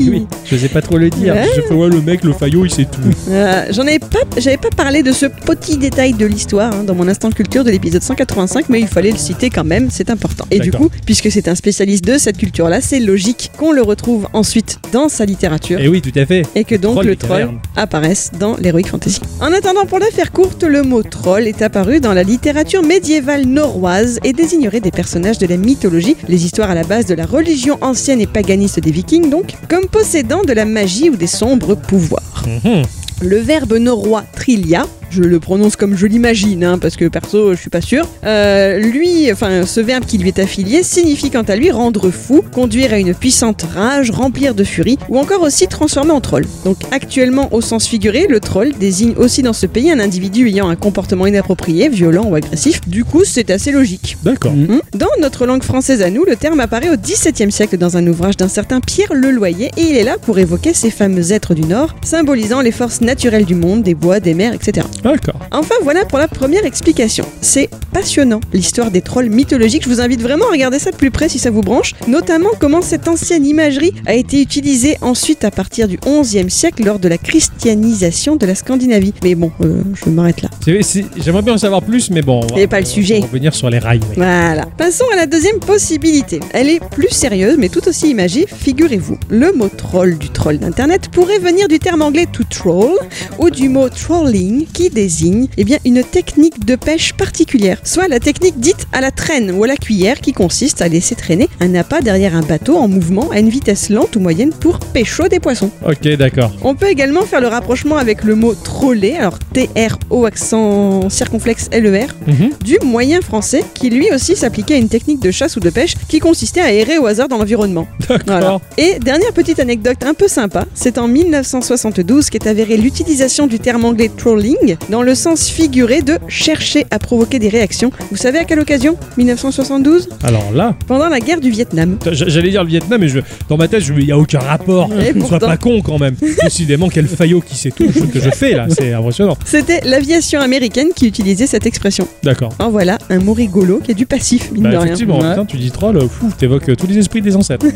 Oui, je sais pas trop le dire. Ouais. Je fais, ouais, le mec, le faillot, il sait tout. Euh, J'en avais pas, j'avais pas parlé de ce petit détail de l'histoire hein, dans mon instant culture de l'épisode 185, mais il fallait le citer quand même, c'est important. Et du D'accord. coup, puisque c'est un spécialiste de cette culture-là, c'est logique qu'on le retrouve ensuite dans sa littérature. Et Eh oui, tout à fait. Et que donc Troll le des troll cavernes. apparaisse dans l'heroic fantasy. En attendant, pour la faire courte, le mot troll est apparu dans la littérature médiévale norroise et désignerait des personnages de la mythologie, les histoires à la base de la religion ancienne et paganiste des vikings donc, comme possédant de la magie ou des sombres pouvoirs. Mhm. Le verbe norrois trilia, je le prononce comme je l'imagine, hein, parce que perso, je suis pas sûre. euh, lui, enfin, ce verbe qui lui est affilié signifie quant à lui rendre fou, conduire à une puissante rage, remplir de furie, ou encore aussi transformer en troll. Donc, actuellement, au sens figuré, le troll désigne aussi dans ce pays un individu ayant un comportement inapproprié, violent ou agressif. Du coup, c'est assez logique. D'accord. Mhm. Hmm. Dans notre langue française à nous, le terme apparaît au XVIIe siècle dans un ouvrage d'un certain Pierre Leloyer et il est là pour évoquer ces fameux êtres du Nord, symbolisant les forces naturelles du monde, des bois, des mers, etc. D'accord. Enfin voilà pour la première explication. C'est passionnant, l'histoire des trolls mythologiques, je vous invite vraiment à regarder ça de plus près si ça vous branche, notamment comment cette ancienne imagerie a été utilisée ensuite à partir du XIe siècle lors de la christianisation de la Scandinavie. Mais bon, euh, je m'arrête là. C'est- c'est- J'aimerais bien en savoir plus, mais bon. on va- C'est pas le sujet. On va revenir sur les rails. ouais. Voilà. Passons à la deuxième possibilité. Elle est plus sérieuse, mais tout aussi imagée, figurez-vous. Le mot troll du troll d'internet pourrait venir du terme anglais to troll ou du mot trolling qui désigne eh bien, une technique de pêche particulière, soit la technique dite à la traîne ou à la cuillère qui consiste à laisser traîner un appât derrière un bateau en mouvement à une vitesse lente ou moyenne pour pêcher des poissons. Ok, d'accord. On peut également faire le rapprochement avec le mot troller, alors T-R-O accent circonflexe E L-E-R, Mhm. du moyen français qui lui aussi s'appliquait à une technique de chasse ou de pêche qui consistait à errer au hasard dans l'environnement. Voilà. D'accord. Et dernière petite anecdote un peu sympa, c'est en 1972 qu'est avérée l'utilisation du terme anglais trolling dans le sens figuré de chercher à provoquer des réactions. Vous savez à quelle occasion 1972 Alors là, Pendant la guerre du Vietnam. t- j- j'allais dire le Vietnam, mais je, dans ma tête, je, il n'y a aucun rapport. Et Sois pourtant. pas con quand même. Décidément, quel faillot qui sait tout le jeu que je fais là. C'est impressionnant. C'était l'aviation américaine qui utilisait cette expression. D'accord. En voilà, un mot rigolo qui est du passif, mine Bah, de rien. effectivement, Ouais. putain, tu dis troll, euh, fou, t'évoques euh, tous les esprits des ancêtres.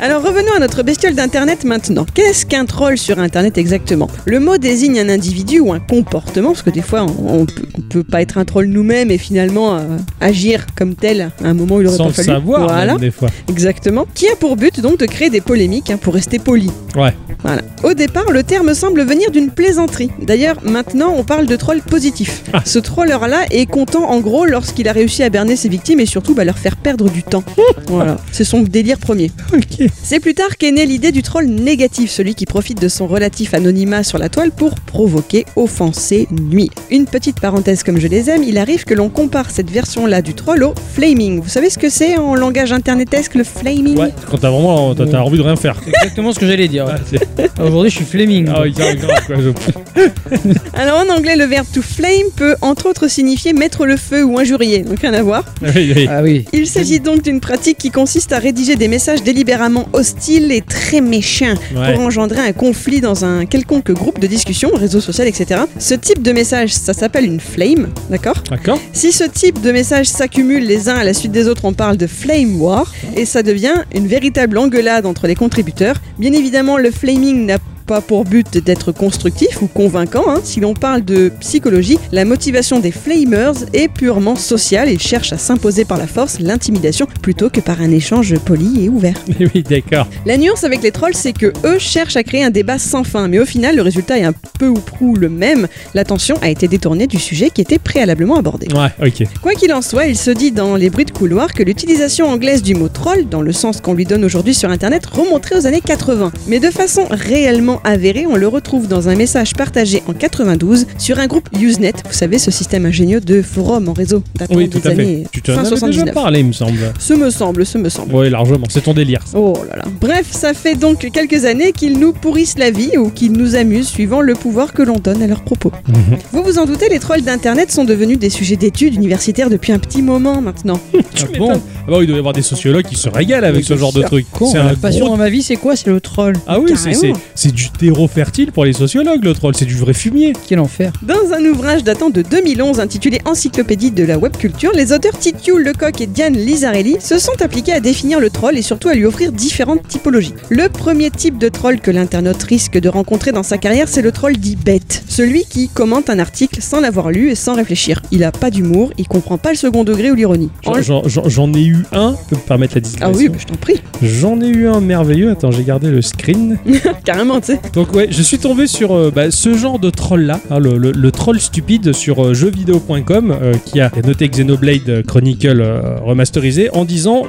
Alors revenons à notre bestiole d'internet maintenant. Qu'est-ce qu'un troll sur internet exactement Le mot désigne un individu ou un comportement, parce que des fois on, on peut- on peut pas être un troll nous-mêmes et finalement euh, agir comme tel à un moment où il aurait Sans pas le fallu. savoir, voilà, même, des fois. exactement. Qui a pour but donc de créer des polémiques hein, pour rester poli. Ouais. Voilà. Au départ, le terme semble venir d'une plaisanterie. D'ailleurs, maintenant, on parle de troll positif. Ah. Ce troller-là est content, en gros, lorsqu'il a réussi à berner ses victimes et surtout bah, leur faire perdre du temps. voilà. C'est son délire premier. Oh. Ok. C'est plus tard qu'est née l'idée du troll négatif, celui qui profite de son relatif anonymat sur la toile pour provoquer, offenser ces nuits. Une petite parenthèse comme je les aime, il arrive que l'on compare cette version-là du troll au flaming. Vous savez ce que c'est en langage internetesque le flaming Ouais, quand t'as vraiment t'as, t'as envie de rien faire. C'est exactement ce que j'allais dire. Ah, c'est- Aujourd'hui, je suis Fleming. ah, grave, grave, quoi, je- Alors en anglais, le verbe to flame peut entre autres signifier mettre le feu ou injurier, donc rien à voir. Oui, oui. Ah oui. Il s'agit donc d'une pratique qui consiste à rédiger des messages délibérément hostiles et très méchants Ouais. pour engendrer un conflit dans un quelconque groupe de discussion, réseau social, etc. Ce type de message, ça s'appelle une flame, d'accord D'accord Si ce type de messages s'accumule les uns à la suite des autres, on parle de flame war et ça devient une véritable engueulade entre les contributeurs. Bien évidemment, le flaming n'a pas pour but d'être constructif ou convaincant. hein. Si l'on parle de psychologie, la motivation des flamers est purement sociale. Ils cherchent à s'imposer par la force, l'intimidation, plutôt que par un échange poli et ouvert. Oui, oui, d'accord. La nuance avec les trolls, c'est que eux cherchent à créer un débat sans fin, mais au final, le résultat est un peu ou prou le même. L'attention a été détournée du sujet qui était préalablement abordé. Ouais, ok. Quoi qu'il en soit, il se dit dans les bruits de couloir que l'utilisation anglaise du mot troll, dans le sens qu'on lui donne aujourd'hui sur Internet, remonterait aux années 80. Mais de façon réellement avérée, on le retrouve dans un message partagé en 92 sur un groupe Usenet, vous savez ce système ingénieux de forum en réseau datant Oui, des tout à fait. années Tu t'en fin avais déjà 79. parlé, il me semble. Ce me semble, ce me semble. Oui, largement. C'est ton délire. ça. Oh là là. Bref, ça fait donc quelques années qu'ils nous pourrissent la vie ou qu'ils nous amusent suivant le pouvoir que l'on donne à leurs propos. Mhm. Vous vous en doutez, les trolls d'Internet sont devenus des sujets d'études universitaires depuis un petit moment maintenant. Ah bon Ah bah oui, il doit y avoir des sociologues qui se régalent avec ce genre de truc. C'est un hein. la passion gros dans ma vie, c'est quoi C'est le troll. Ah oui, c'est, c'est, hein. Carrément. c'est du terreau fertile pour les sociologues, le troll. C'est du vrai fumier. Quel enfer. Dans un ouvrage datant de 2011 intitulé Encyclopédie de la web culture, les auteurs Titiou Lecoq et Diane Lizarelli se sont appliqués à définir le troll et surtout à lui offrir différentes typologies. Le premier type de troll que l'internaute risque de rencontrer dans sa carrière, c'est le troll dit bête. Celui qui commente un article sans l'avoir lu et sans réfléchir. Il a pas d'humour, il comprend pas le second degré ou l'ironie. J'en, j'en- j'en- j'en ai eu un. Tu peux me permettre la Oh, Ah digression oui, bah, je t'en prie, J'en ai eu un merveilleux. Attends, j'ai gardé le screen. carrément, tu sais. Donc ouais, je suis tombé sur euh, bah, ce genre de troll là, le, le- le troll stupide sur euh, jeuxvideo.com euh, qui a noté Xenoblade Chronicle euh, remasterisé en disant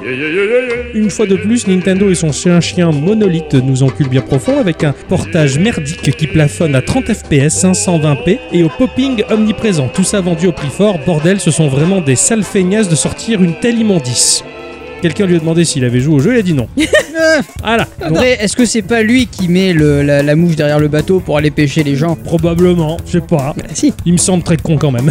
une fois de plus Nintendo et son chien chien monolithe nous enculent bien profond avec un portage merdique qui plafonne à 30 fps 520p et au popping omniprésent. Tout ça vendu au prix fort, bordel, ce sont vraiment des sales feignasses de sortir une telle immondice. Quelqu'un lui a demandé s'il avait joué au jeu, il a dit non. Voilà. Donc, Après, est-ce que c'est pas lui qui met le- la, la mouche derrière le bateau pour aller pêcher les gens probablement, je sais pas. Bah, si. Il me semble très con quand même.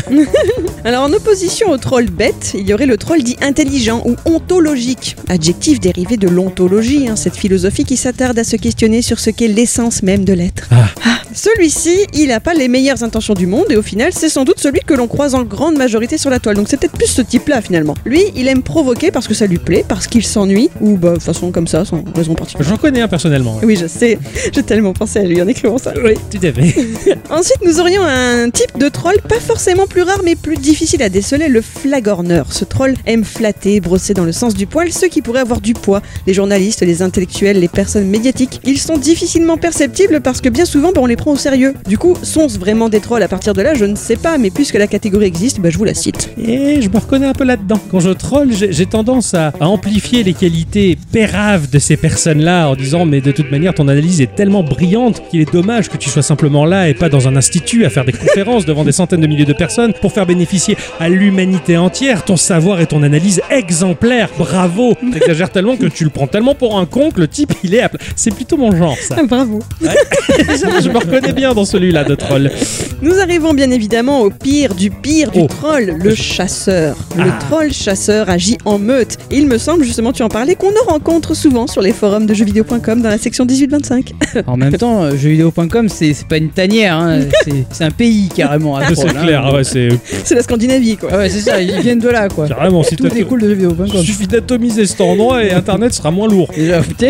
Alors en opposition au troll bête, il y aurait le troll dit intelligent ou ontologique, adjectif dérivé de l'ontologie, hein, cette philosophie qui s'attarde à se questionner sur ce qu'est l'essence même de l'être. Ah. Celui-ci, il n'a pas les meilleures intentions du monde et au final, c'est sans doute celui que l'on croise en grande majorité sur la toile. Donc c'est peut-être plus ce type-là finalement. Lui, il aime provoquer parce que ça lui plaît, parce qu'il s'ennuie ou bah de façon comme ça, sans raison particulière. J'en connais un personnellement. ouais. Oui, je sais, j'ai tellement pensé à lui en écrivant ça. Oui, tout à fait. Ensuite, nous aurions un type de troll pas forcément plus rare mais plus difficile à déceler, le flagorneur. Ce troll aime flatter, brosser dans le sens du poil ceux qui pourraient avoir du poids, les journalistes, les intellectuels, les personnes médiatiques. Ils sont difficilement perceptibles parce que bien souvent, bah, on les prend au sérieux. Du coup, sont-ce vraiment des trolls à partir de là Je ne sais pas, mais puisque la catégorie existe, bah, je vous la cite. Et je me reconnais un peu là-dedans. Quand je troll, j'ai j'ai tendance à, à amplifier les qualités péraves de ces personnes-là en disant mais de toute manière ton analyse est tellement brillante qu'il est dommage que tu sois simplement là et pas dans un institut à faire des conférences devant des centaines de milliers de personnes pour faire bénéficier à l'humanité entière ton savoir et ton analyse exemplaire. Bravo. T'exagères tellement que tu le prends tellement pour un con que le type il est à pla- C'est plutôt mon genre ça. bravo je me reconnais bien dans celui-là de troll. Nous arrivons bien évidemment au pire du pire du Oh. troll, le chasseur. Le troll chasseur agit en meute. Et il me semble, justement, tu en parlais, qu'on en rencontre souvent sur les forums de jeuxvideo.com dans la section 1825. En même temps, euh, jeuxvideo.com, c'est c'est pas une tanière, hein, c'est- c'est un pays carrément. à C'est troll, hein. clair, ah ouais, c'est C'est la Scandinavie, quoi. Ah ouais, c'est ça, ils viennent de là quoi. carrément. Si Tout t'as- est cool de Il jeuxvideo.com. suffit d'atomiser cet endroit et Internet sera moins lourd. Déjà, putain,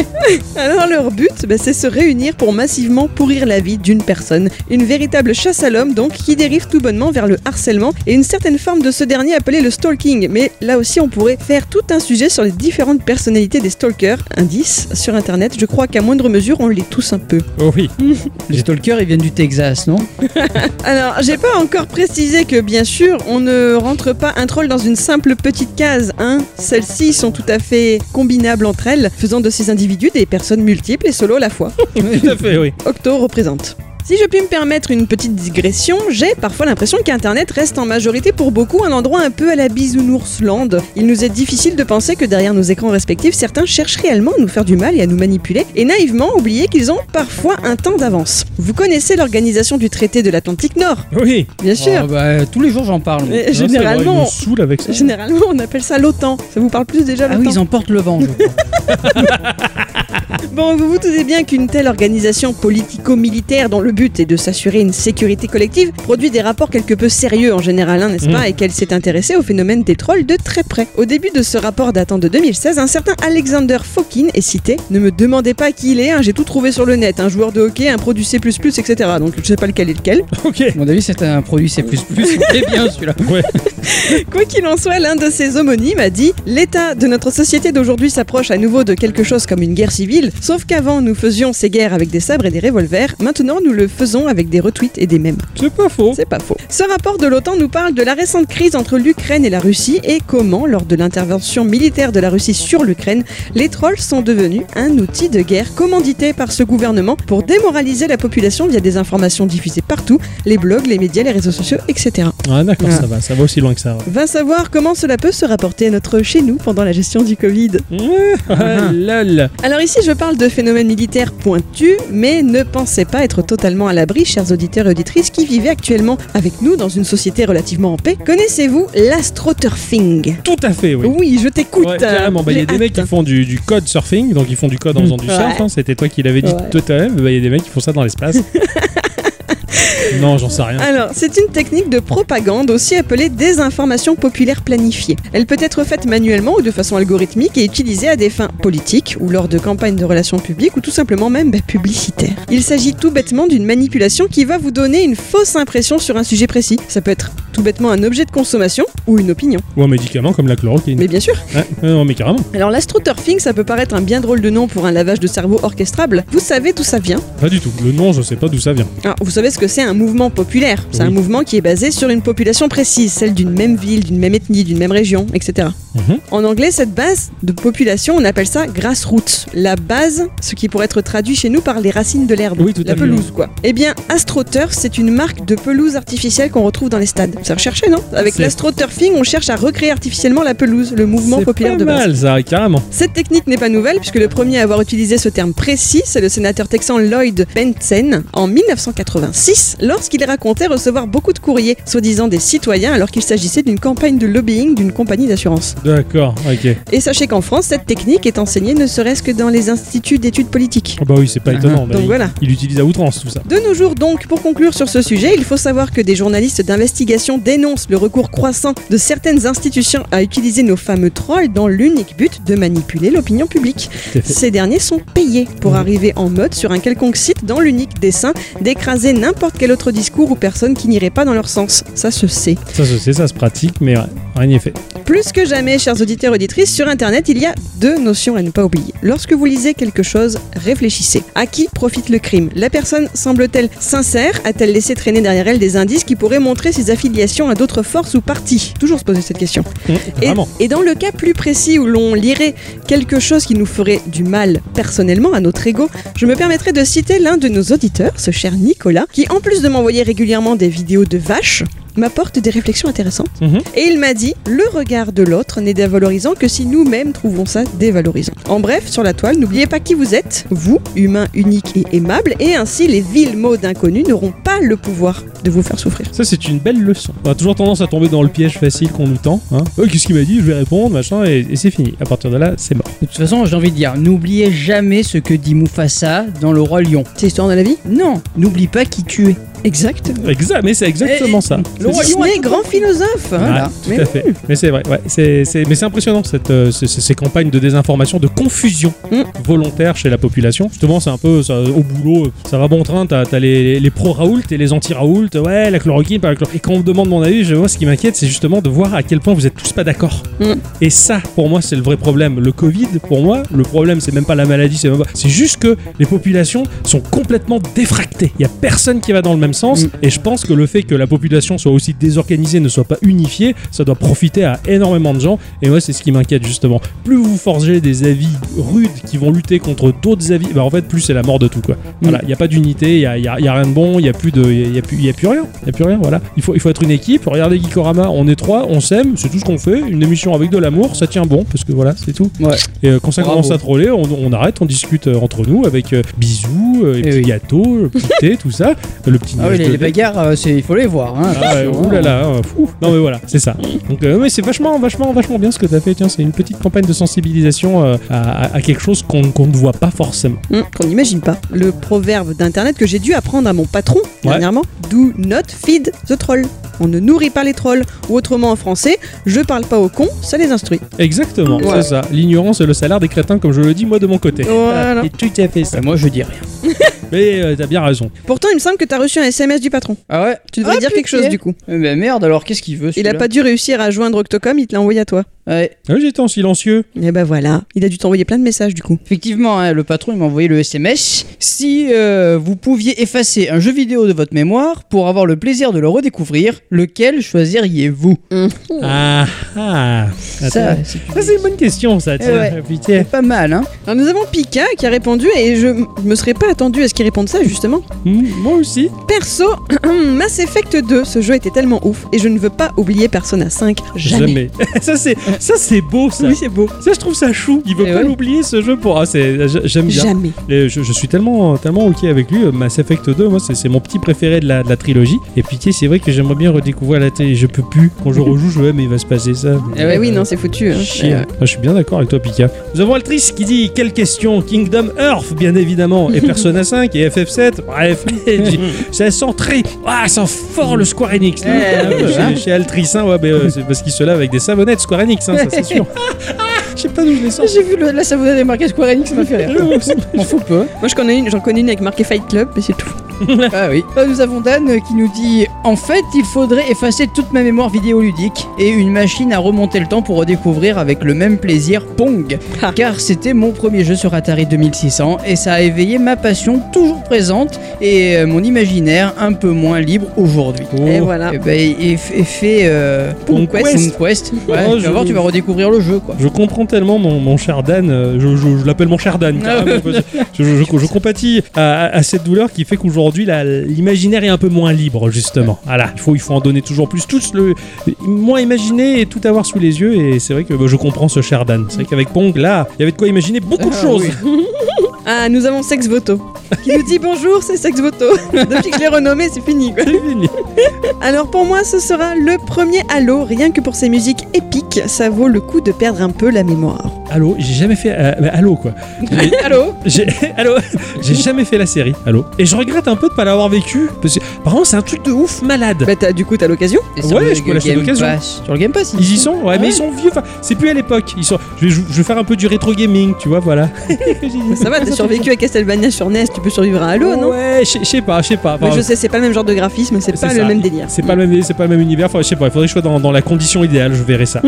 Alors leur but, bah, c'est se réunir pour massivement pourrir la vie d'une personne. Une véritable chasse à l'homme, donc, qui dérive tout bonnement vers le harcèlement et une certaine forme de ce dernier appelé le stalking. Mais là aussi, on pourrait faire tout un sujet sur les différentes personnalités des stalkers. Indice, sur Internet, je crois qu'à moindre mesure, on les tous un peu. Oh oui. les stalkers, ils viennent du Texas, non Alors, j'ai pas encore précisé que bien sûr, on ne rentre pas un troll dans une simple petite case. Hein. Celles-ci sont tout à fait combinables entre elles, faisant de ces individus des personnes multiples et solo à la fois. Tout à fait, oui. Octo représente. Si je puis me permettre une petite digression, j'ai parfois l'impression qu'Internet reste en majorité pour beaucoup un endroit un peu à la bisounoursland. Il nous est difficile de penser que derrière nos écrans respectifs, certains cherchent réellement à nous faire du mal et à nous manipuler, et naïvement oublier qu'ils ont parfois un temps d'avance. Vous connaissez l'organisation du traité de l'Atlantique Nord, Oui. bien sûr. Oh, bah, tous les jours j'en parle. moi. Mais Non, c'est vrai, il généralement, me saoule avec ça. généralement, on appelle ça l'OTAN. Ça vous parle plus déjà Ah l'OTAN oui, ils emportent le vent. je crois. Bon, vous vous doutez bien qu'une telle organisation politico-militaire dont le but est de s'assurer une sécurité collective produit des rapports quelque peu sérieux en général, hein, n'est-ce Mm. pas Et qu'elle s'est intéressée au phénomène des trolls de très près. Au début de ce rapport datant de 2016, un certain Alexander Fokin est cité. Ne me demandez pas qui il est, hein, j'ai tout trouvé sur le net. Un joueur de hockey, un produit C++, etc. Donc je sais pas lequel est lequel. Ok. À mon avis, c'est un produit C++. C'est bien celui-là. Quoi qu'il en soit, l'un de ses homonymes a dit L'état de notre société d'aujourd'hui s'approche à nouveau de quelque chose comme une guerre civile, sauf qu'avant nous faisions ces guerres avec des sabres et des revolvers, maintenant nous le faisons avec des retweets et des mèmes. C'est pas faux. C'est pas faux. Ce rapport de l'OTAN nous parle de la récente crise entre l'Ukraine et la Russie et comment, lors de l'intervention militaire de la Russie sur l'Ukraine, les trolls sont devenus un outil de guerre commandité par ce gouvernement pour démoraliser la population via des informations diffusées partout, les blogs, les médias, les réseaux sociaux, etc. Ah, d'accord, Ah. ça va. Ça va aussi loin que ça. ouais. Va savoir comment cela peut se rapporter à notre chez nous pendant la gestion du Covid. Ah, lol. Alors ici, je parle de phénomènes militaires pointus, mais ne pensez pas être totalement à l'abri, chers auditeurs et auditrices qui vivez actuellement avec nous dans une société relativement en paix. Connaissez-vous l'astroturfing Tout à fait, oui. oui. je t'écoute. Ouais, carrément. Bah, Il y a J'ai des mecs qui hâte. font du, du code surfing, donc ils font du code en faisant du Ouais. surf. hein. C'était toi qui l'avais dit Ouais. tout à l'heure. mais bah, Il y a des mecs qui font ça dans l'espace. non, j'en sais rien. Alors, c'est une technique de propagande aussi appelée désinformation populaire planifiée. Elle peut être faite manuellement ou de façon algorithmique et utilisée à des fins politiques ou lors de campagnes de relations publiques ou tout simplement même bah, publicitaires. Il s'agit tout bêtement d'une manipulation qui va vous donner une fausse impression sur un sujet précis. Ça peut être tout bêtement un objet de consommation ou une opinion. Ou un médicament comme la chloroquine. Mais bien sûr, Ouais, ouais, non, mais carrément. alors l'astroturfing, ça peut paraître un bien drôle de nom pour un lavage de cerveau orchestrable. Vous savez d'où ça vient Pas du tout. Le nom, je sais pas d'où ça vient. Alors, Ah, vous savez ce que c'est un mouvement populaire. C'est un Oui. mouvement qui est basé sur une population précise, celle d'une même ville, d'une même ethnie, d'une même région, etc. Mhm. En anglais, cette base de population, on appelle ça grassroots. La base, ce qui pourrait être traduit chez nous par les racines de l'herbe. Oui, tout la à fait. pelouse, quoi. Eh bien, AstroTurf, c'est une marque de pelouse artificielle qu'on retrouve dans les stades. C'est recherché, non Avec C'est- l'astroturfing, on cherche à recréer artificiellement la pelouse, le mouvement C'est populaire pas de base. mal, ça, carrément. Cette technique n'est pas nouvelle puisque le premier à avoir utilisé ce terme précis, c'est le sénateur texan Lloyd Bentsen en 1986 lorsqu'il racontait recevoir beaucoup de courriers soi-disant des citoyens alors qu'il s'agissait d'une campagne de lobbying d'une compagnie d'assurance. D'accord, ok. Et sachez qu'en France, cette technique est enseignée ne serait-ce que dans les instituts d'études politiques. Ah bah oui, c'est pas Ah, étonnant. mais Donc il, voilà. il utilise à outrance tout ça. De nos jours donc, pour conclure sur ce sujet, il faut savoir que des journalistes d'investigation dénoncent le recours croissant de certaines institutions à utiliser nos fameux trolls dans l'unique but de manipuler l'opinion publique. Tout à fait. Ces derniers sont payés pour Mhm. arriver en mode sur un quelconque site dans l'unique dessein d'écraser n'importe quel autre discours ou personne qui n'irait pas dans leur sens. Ça se sait. Ça, je sais, ça se pratique, mais ouais, rien n'y est fait. Plus que jamais, chers auditeurs et auditrices, sur Internet, il y a deux notions à ne pas oublier. Lorsque vous lisez quelque chose, réfléchissez. À qui profite le crime La personne semble-t-elle sincère A-t-elle laissé traîner derrière elle des indices qui pourraient montrer ses affiliations à d'autres forces ou partis Toujours se poser cette question. Hum, Et, Vraiment. et dans le cas plus précis où l'on lirait quelque chose qui nous ferait du mal personnellement à notre ego, je me permettrai de citer l'un de nos auditeurs, ce cher Nicolas, qui en plus de m'envoyer régulièrement des vidéos de vaches, m'apporte des réflexions intéressantes. Mhm. Et il m'a dit, le regard de l'autre n'est dévalorisant que si nous-mêmes trouvons ça dévalorisant. En bref, sur la toile, n'oubliez pas qui vous êtes, vous, humain unique et aimable, et ainsi les vils mots d'inconnus n'auront pas le pouvoir de vous faire souffrir. Ça, c'est une belle leçon. On a toujours tendance à tomber dans le piège facile qu'on nous tend. Hein. Oh, Qu'est-ce qu'il m'a dit Je vais répondre, machin, et, et c'est fini. À partir de là, c'est mort. De toute façon, j'ai envie de dire, n'oubliez jamais ce que dit Mufasa dans Le Roi Lion. C'est histoire de la vie Non, n'oublie pas qui tu es. Exact. Exact, mais c'est exactement Et- ça. Le roi C'est- lion a Disney, tout Ah, grand philosophe hein. Ouais, Voilà. Ah, tout Mais à fait. Mais c'est vrai, ouais. C'est- c'est- mais c'est impressionnant cette, euh, ces, ces- ces campagnes de désinformation, de confusion Mm. volontaire chez la population. Justement, c'est un peu ça, au boulot, euh, ça va bon train. T'as as les, les pro-Raoult et les anti-Raoult. Ouais, la chloroquine, pas la chloroquine. Et quand on me demande mon avis, je vois ce qui m'inquiète, c'est justement de voir à quel point vous êtes tous pas d'accord. Mm. Et ça, pour moi, c'est le vrai problème. Le Covid, pour moi, le problème, c'est même pas la maladie, c'est même pas- c'est juste que les populations sont complètement défractées. Il y a personne qui va dans le même sens. Mm. Et je pense que le fait que la population soit aussi désorganisée, ne soit pas unifiée, ça doit profiter à énormément de gens. Et moi, c'est ce qui m'inquiète justement. Plus vous forgez des avis rudes qui vont lutter contre d'autres avis, bah en fait, plus c'est la mort de tout quoi. Mm. Voilà, il n'y a pas d'unité, il n'y a, y a- y a rien de bon, il n'y a, plus de- y a, y a plus- y a plus rien. Il a plus rien, voilà. Il faut, il faut être une équipe. Regardez Gikorama, on est trois, on s'aime, c'est tout ce qu'on fait. Une émission avec de l'amour, ça tient bon, parce que voilà, c'est tout. Ouais. Et euh, quand ça Bravo. commence à troller, on, on arrête, on discute euh, entre nous avec euh, bisous, euh, et Eh petits oui. gâteaux, le petit thé, tout ça. euh, Le petit Ah oui, nuage les, de lait. les bagarres, euh, c'est- il faut les voir. Hein, Ah ouais, attention, hein. oulala, hein, fou. Non mais voilà, c'est ça. Donc euh, mais c'est vachement, vachement, vachement bien ce que t'as fait. Tiens, c'est une petite campagne de sensibilisation euh, à, à- à quelque chose qu'on qu'on ne voit pas forcément. Hmm, qu'on n'imagine pas. Le proverbe d'internet que j'ai dû apprendre à mon patron Ouais. dernièrement Do not feed the troll. On ne nourrit pas les trolls. Ou autrement en français, je parle pas aux cons, ça les instruit. Exactement, Ouais. c'est ça. L'ignorance et le salaire des crétins, comme je le dis moi de mon côté. Voilà. Et tout à fait ça. Bah, moi, je dis rien. Mais euh, t'as bien raison. Pourtant, il me semble que t'as reçu un SMS du patron. Ah ouais Tu devrais Ah, dire quelque putain. chose du coup. Eh ben merde, alors qu'est-ce qu'il veut Il a celui-là pas dû réussir à joindre Octocom, il te l'a envoyé à toi. Ouais, Ah oui, j'étais en silencieux. Et ben voilà, il a dû t'envoyer plein de messages du coup. Effectivement, hein, le patron il m'a envoyé le SMS. Si euh, vous pouviez effacer un jeu vidéo de votre mémoire pour avoir le plaisir de le redécouvrir, lequel choisiriez-vous Ah ah. Attends. Ça, c'est Ah, c'est une bonne question ça. tiens. ouais. Ah, putain. pas mal, hein Alors nous avons Pika qui a répondu et je m- me serais pas attendu à ce qu'il réponde ça justement. Hmm, moi aussi. Perso, Mass Effect 2, ce jeu était tellement ouf et je ne veux pas oublier Persona 5 jamais. ça c'est ça c'est beau ça. Oui, c'est beau. Ça je trouve ça chou. Il veut Eh pas ouais. l'oublier ce jeu pour. Ah c'est j'a- j'aime bien. Jamais. Et je, je suis tellement, tellement ok avec lui. euh, Mass Effect 2, moi, c'est c'est mon petit préféré de la, de la trilogie. Et pitié, c'est vrai que j'aimerais bien redécouvrir la télé. Je peux plus. Quand je rejoue, je me dis, mais il va se passer ça. Eh Eh ouais, oui, non, c'est foutu. hein. Chier. Euh, Ah, je suis bien d'accord avec toi, Pika. Nous avons Altrice qui dit Quelle question Kingdom Earth, bien évidemment, et Persona 5 et FF7. Bref, ça sent très. Ah, ça sent fort le Square Enix. là. Eh, Ouais, oui, chez, hein. chez Altrice, hein, ouais, mais, euh, c'est parce qu'ils se lavent avec des savonnettes Square Enix, hein, ça c'est sûr. Je sais pas d'où je les sens. J'ai vu le, la savonnette des marqués Square Enix, ça m'a fait rire. On fout peu. Moi, je connais une, j'en connais une avec marqué Fight Club, mais c'est tout. Ah oui. Là, nous avons Dan euh, qui nous dit En fait, il faudrait effacer toute ma mémoire vidéoludique et une machine à remonter le temps pour redécouvrir avec le même plaisir Pong. Ah. Car c'était mon premier jeu sur Atari 2600 et ça a éveillé ma passion toujours présente et euh, mon imaginaire un peu moins libre aujourd'hui. Et voilà. Eh ben, et, f- et fait euh, Oh. Pong Quest. Pong Quest. Ouais, Oh, tu je- vas voir, tu vas redécouvrir le jeu quoi. Je comprends tellement mon, mon cher Dan, euh, je, je- je l'appelle mon cher Dan, carrément, parce que je, je- je- je compatis à, à- à cette douleur qui fait qu'aujourd'hui la- l'imaginaire est un peu moins libre justement. Voilà, il faut, il faut en donner toujours plus, tous le moins imaginer et tout avoir sous les yeux et c'est vrai que bah, je comprends ce cher Dan. C'est vrai qu'avec Pong là, il y avait de quoi imaginer beaucoup de Ah, choses. Ah, nous avons Sex Voto qui nous dit bonjour, c'est Sex Voto. Depuis que je l'ai renommé, c'est fini. quoi. C'est fini. Alors pour moi, ce sera le premier Halo. Rien que pour ses musiques épiques, ça vaut le coup de perdre un peu la mémoire. Allô, j'ai jamais fait euh, bah, allô quoi. J'ai- Allô J'ai allô, j'ai jamais fait la série. Allô. Et je regrette un peu de pas l'avoir vécu parce que par contre, c'est un truc de ouf malade. Bah, t'as- du coup, t'as l'occasion. Et Ouais, sur le je peux l'acheter Game d'occasion. Pass. Sur le Game Pass, Ils y sont, ouais, Ah mais Ouais. ils sont vieux. Enfin, c'est plus à l'époque. Ils sont. Je vais, jou- je vais faire un peu du rétro gaming, tu vois, voilà. Bah, Ça va, t'as survécu à Castlevania sur NES, tu peux survivre à Halo, non Ouais, je je sais pas, je sais pas. Enfin, Mais je sais, c'est pas le même genre de graphisme, c'est pas Oh. c'est le ça. même délire. C'est pas le même, c'est pas le même univers. Enfin, je sais pas. Il faudrait que je sois dans, dans la condition idéale. Je verrai Hum, ça.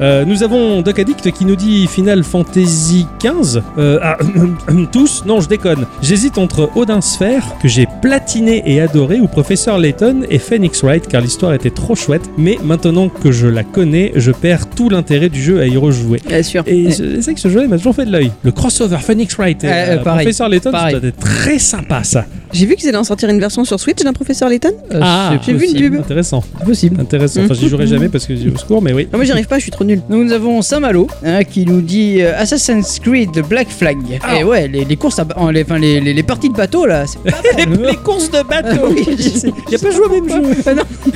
Euh, nous avons Doc Addict qui nous dit Final Fantasy 15. Euh, ah, tous Non, je déconne. J'hésite entre Odin Sphere que j'ai platiné et adoré ou Professeur Layton et Phoenix Wright car l'histoire était trop chouette. Mais maintenant que je la connais, je perds tout l'intérêt du jeu à y rejouer. Bien sûr. Et je- c'est vrai que ce jeu il m'a toujours fait de l'œil. Le crossover Phoenix Wright et Ouais, euh, euh, pareil, Professeur Layton, ça pareil. doit être très sympa ça. J'ai vu qu'ils allaient en sortir une version sur Switch d'un professeur Layton. Euh, Ah, c'est j'ai vu une possible. pub. Intéressant, C'est possible. intéressant. Enfin, j'y jouerai jamais parce que j'ai au secours, mais oui. Non, moi j'y arrive pas, je suis trop nul. Nous avons Saint-Malo hein, qui nous dit euh, Assassin's Creed Black Flag. Ah. Et ouais, les, les courses, à ba- en- les, enfin, les, les- les parties de bateau là, c'est pas Les courses de bateau. Oui, je sais. Il a Ah pas joué au même jeu. Ah, non.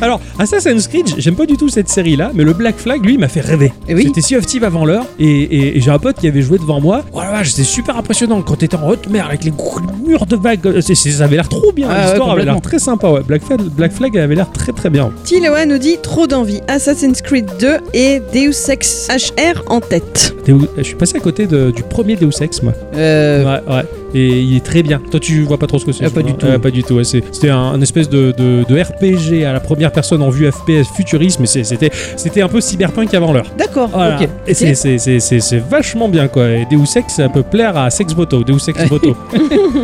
Alors, Assassin's Creed, j'aime pas du tout cette série-là, mais le Black Flag, lui, m'a fait rêver. Eh oui. J'étais si active avant l'heure, et, et- et j'ai un pote qui avait joué devant moi. Oh la vache, c'était super impressionnant quand t'étais en haute mer avec les gros murs de vagues. euh, c'est- c'est- ça avait l'air trop bien. Ah, ouais, L'histoire avait l'air complètement. très sympa. Ouais. Black Flag, Black Flag avait l'air très très bien. Tiloa nous dit trop d'envie. Assassin's Creed 2 et Deus Ex HR en tête. Deus- Je suis passé à côté de- du premier Deus Ex, moi. Euh, Ouais, ouais. et il est très bien. Toi, tu vois pas trop ce que c'est Ah, je pas crois. du tout. pas du tout. ouais, c'est- C'était un, un espèce de, de- de RPG à la première personne en vue FPS futuriste, mais c'est- c'était c'était un peu cyberpunk avant l'heure. D'accord, Voilà. ok. Et c'est- c'est- c'est c'est- c'est vachement bien quoi. Et Deus Ex, ça peut plaire à Sex Boto. Deus Ex Boto.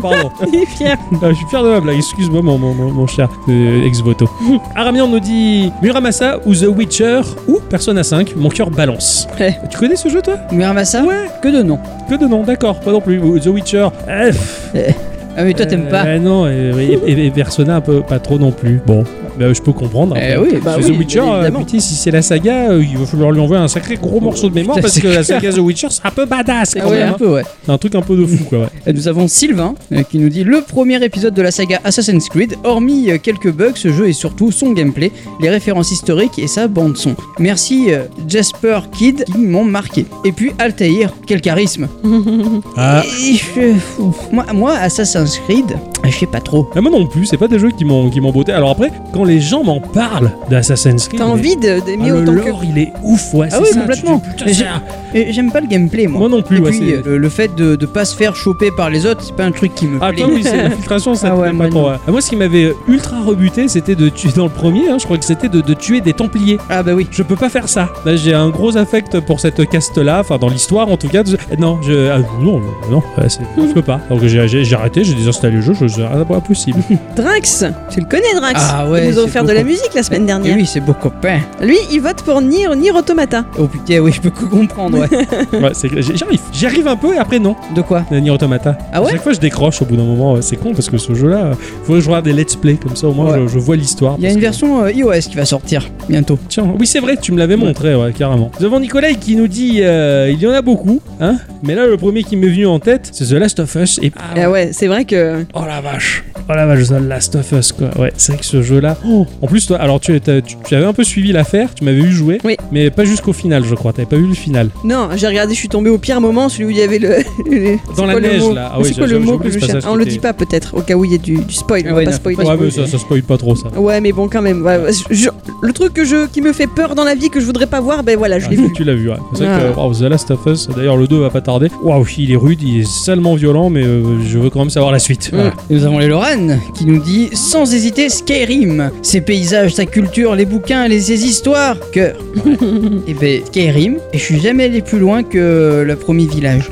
Pardon. Il est fier. Ah, je suis fier de ma blague, excuse-moi mon, mon, mon- mon cher euh, ex-voto. Aramian nous dit Muramasa ou The Witcher ou Persona 5, mon cœur balance. Ouais. Tu connais ce jeu toi Muramasa Ouais. Que de nom. Que de nom, d'accord, pas non plus. Ou The Witcher. euh, Ah, mais toi, t'aimes euh, pas euh, Non, euh, oui, et, et Persona un peu, pas trop non plus. Bon, bah, je peux comprendre. Eh après. oui, bah Parce que oui, The Witcher, bien euh, évidemment. putain, si c'est la saga, euh, il va falloir lui envoyer un sacré gros morceau de mémoire Putain, parce c'est que la saga The Witcher c'est un peu badass Ah quand ouais, même, un hein. peu, ouais. C'est un truc un peu de fou quoi. ouais. Et Nous avons Sylvain euh, qui nous dit le premier épisode de la saga Assassin's Creed. Hormis euh, quelques bugs, ce jeu et surtout son gameplay, les références historiques et sa bande son. Merci euh, Jasper Kidd qui m'ont marqué. Et puis Altair, quel charisme. Ah, Et je- ouf, moi, moi, Assassin's Creed, je sais pas trop. Ah, moi non plus, c'est pas des jeux qui m'ont qui m'ont botté. Alors après, quand les gens m'en parlent d'Assassin's Creed, T'as mais- envie de- ah, d'aimer le autant lore, que. il est ouf, ouais. Ah c'est oui, ça, complètement. tu te dis, Mais putain, j'ai- ça- Et J'aime pas le gameplay, moi. Moi non plus, et ouais. puis c'est- euh, le, le fait de, de pas se faire choper par les autres, c'est pas un truc qui me Ah plaît. toi oui, c'est l'infiltration, ça Ah te ouais, plaît moi, pas trop, non. ouais. Ah, Moi, ce qui m'avait ultra rebuté, c'était de tuer dans le premier. hein, je crois que c'était de, de tuer des Templiers. Ah bah oui. Je peux pas faire ça. Là, j'ai un gros affect pour cette caste-là, enfin dans l'histoire en tout cas. Non, je ah, non, non, non, ouais, c'est- je peux pas. Donc j'ai- j'ai j'ai arrêté, j'ai désinstallé le jeu. Je... c'est Impossible. Drax Tu le connais, Drax Ah ouais, Il nous a c'est offert beau, de la quoi. musique la Eh semaine Et dernière. oui, c'est beau copain. Lui, il vote pour Nier, Nier Automata. Oh putain, oui, je peux que comprendre, ouais. Ouais, c'est- j'y arrive. J'y arrive un peu et après non. De quoi Nier Automata. Ah ouais à chaque fois, je décroche au bout d'un moment. ouais, C'est con parce que ce jeu-là, euh, faut que je regarde des let's play comme ça. Au moins, Ouais. je, je vois l'histoire. Il y a parce une que- version euh, iOS qui va sortir bientôt. Tiens, oui, c'est vrai, tu me l'avais montré, ouais, carrément. Nous avons Nicolas qui nous dit, euh, il y en a beaucoup, hein. Mais là, le premier qui m'est venu en tête, c'est The Last of Us. Et Ah ouais, c'est vrai que. oh la vache, oh la vache, The Last of Us, quoi. Ouais, c'est vrai que ce jeu-là. oh en plus, toi, alors tu, t'as- tu- tu avais un peu suivi l'affaire, tu m'avais vu jouer, Oui. mais pas jusqu'au final, je crois. T'avais pas vu le final. Non, j'ai regardé, je suis tombé au pire moment, celui où il y avait le. le- c'est la quoi le neige, mot là. Ah oui, c'est quoi j'ai- le j'ai mot oublié que ce je cherche passage Ah, On le qui dit était- pas peut-être, au cas où il y a du, du spoil, Ah on ouais, va pas non, spoiler. faut Ouais, spoiler. mais ça, ça spoil pas trop, ça. Ouais, mais bon, quand même. ouais, ouais, je- le truc que je, qui me fait peur dans la vie, que je voudrais pas voir, ben voilà, je l'ai Ah, vu. Ah. Tu l'as vu, ouais. C'est vrai Ouais. que wow, The Last of Us, d'ailleurs le 2 va pas tarder. Waouh, il est rude, il est salement violent, mais euh, je veux quand même savoir la Mm. suite. Voilà. Et nous avons les Lorraine qui nous dit sans hésiter Skyrim. Ses paysages, sa culture, les bouquins, les, ses histoires. Cœur. et ben Skyrim. Et je suis jamais allé plus loin que le premier village.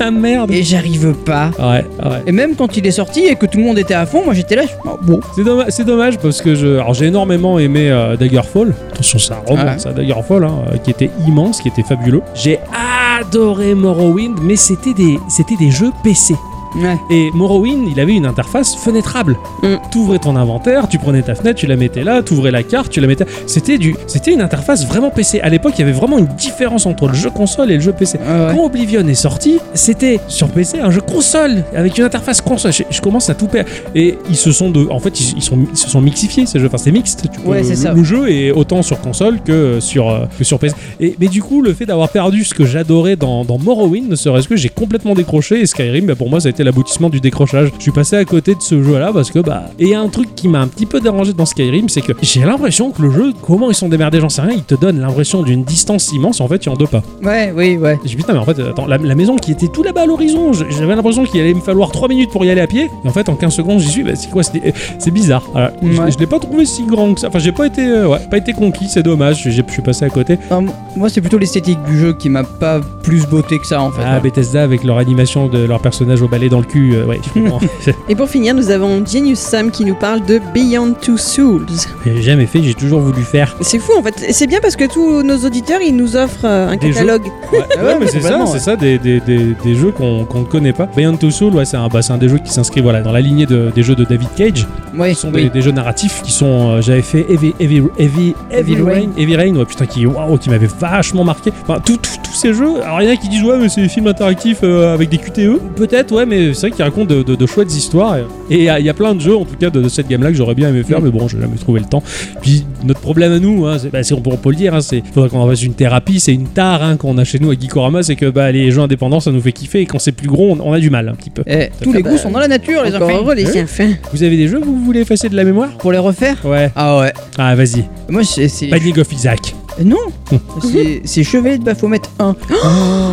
Ah merde Et j'arrive pas. Ouais, ouais. Et même quand il est sorti et que tout le monde était à fond, moi j'étais là. je- oh, bon. C'est dommage, c'est dommage parce que je, alors j'ai énormément aimé euh, Daggerfall. Attention, ça remonte, Ah ouais. ça Daggerfall, hein, euh, qui était immense, qui était fabuleux. J'ai adoré Morrowind, mais c'était des, c'était des jeux PC. Ouais. Et Morrowind, il avait une interface fenêtrable. Mm. T'ouvrais ton inventaire, tu prenais ta fenêtre, tu la mettais là, t'ouvrais la carte, tu la mettais. C'était du, c'était une interface vraiment PC. À l'époque, il y avait vraiment une différence entre le jeu console et le jeu PC. Ah ouais. Quand Oblivion est sorti, c'était sur PC un jeu console avec une interface console. Je, je commence à tout perdre. Et ils se sont de, en fait, ils, ils sont, ils se sont mixifiés ces jeux. Enfin, c'est mixte. Tu peux- Ouais, c'est le, ça. le jeu est autant sur console que euh, sur euh, que sur PC. Et mais du coup, le fait d'avoir perdu ce que j'adorais dans, dans Morrowind, ne serait-ce que j'ai complètement décroché. Et Skyrim, bah, pour moi, ça a été l'aboutissement du décrochage. Je suis passé à côté de ce jeu-là parce que bah. Et il y a un truc qui m'a un petit peu dérangé dans Skyrim, c'est que j'ai l'impression que le jeu, comment ils sont démerdés, j'en sais rien. Il te donne l'impression d'une distance immense. En fait, il y en deux pas. ouais, oui, ouais. J'ai dit putain mais en fait attends la, la maison qui était tout là-bas à l'horizon, je- j'avais l'impression qu'il allait me falloir 3 minutes pour y aller à pied. Et en fait en 15 secondes j'y suis, bah, c'est quoi c'était- euh, C'est bizarre. Voilà. Je- Ouais. Je, l'ai pas trouvé si grand que ça. Enfin j'ai pas été euh, ouais, pas été conquis, c'est dommage, j'ai- je suis passé à côté. Non, moi c'est plutôt l'esthétique du jeu qui m'a pas plus beauté que ça en fait. Ah Bethesda avec leur animation de leur personnage au balai dans le cul, euh, ouais, je comprends. Et pour finir, nous avons Genius Sam qui nous parle de Beyond Two Souls. j'ai jamais fait, j'ai toujours voulu faire. C'est fou en fait, Et c'est bien parce que tous nos auditeurs, ils nous offrent euh, un Des jeux. catalogue. Ouais, Ah ouais, ouais, mais mais c'est ça, complètement, c'est ouais. ça des, des, des, des jeux qu'on qu'on ne connaît pas. Beyond Two Souls, ouais, c'est un, bah, c'est un des jeux qui s'inscrit voilà, dans la lignée de- des jeux de David Cage. Ouais, Ce sont oui. des, des jeux narratifs qui sont. euh, J'avais fait Heavy, Heavy, Heavy, Heavy, Heavy Rain. Rain. Heavy Rain, ouais, putain, qui, waouh, qui m'avait vachement marqué. Enfin, tout- tout- tous ces jeux. Alors, il y en a qui disent, ouais, mais c'est des films interactifs euh, avec des QTE. Peut-être, ouais, mais c'est vrai qu'ils racontent de, de- de chouettes histoires. Et et il y, a- il y a plein de jeux, en tout cas, de, de cette gamme-là que j'aurais bien aimé Mm. faire, mais bon, j'ai jamais trouvé le temps. Puis, notre problème à nous, hein, c'est- bah, c'est- on, peut, on peut le dire, hein, c'est faudrait qu'on en fasse une thérapie, c'est une tare hein, qu'on a chez nous à Geekorama, c'est que bah, les jeux indépendants, ça nous fait kiffer, et quand c'est plus gros, on, on a du mal un petit peu. Eh, tous Ah les bah, goûts sont dans la nature, les Encore enfants. heureux, les Oui. enfants. Vous avez des jeux, vous voulez effacer de la mémoire Pour les refaire Ouais. Ah ouais. Ah, vas-y. Moi c'est. c'est- Panic of Isaac. Non, c'est- c'est Chevalier de Baphomet 1.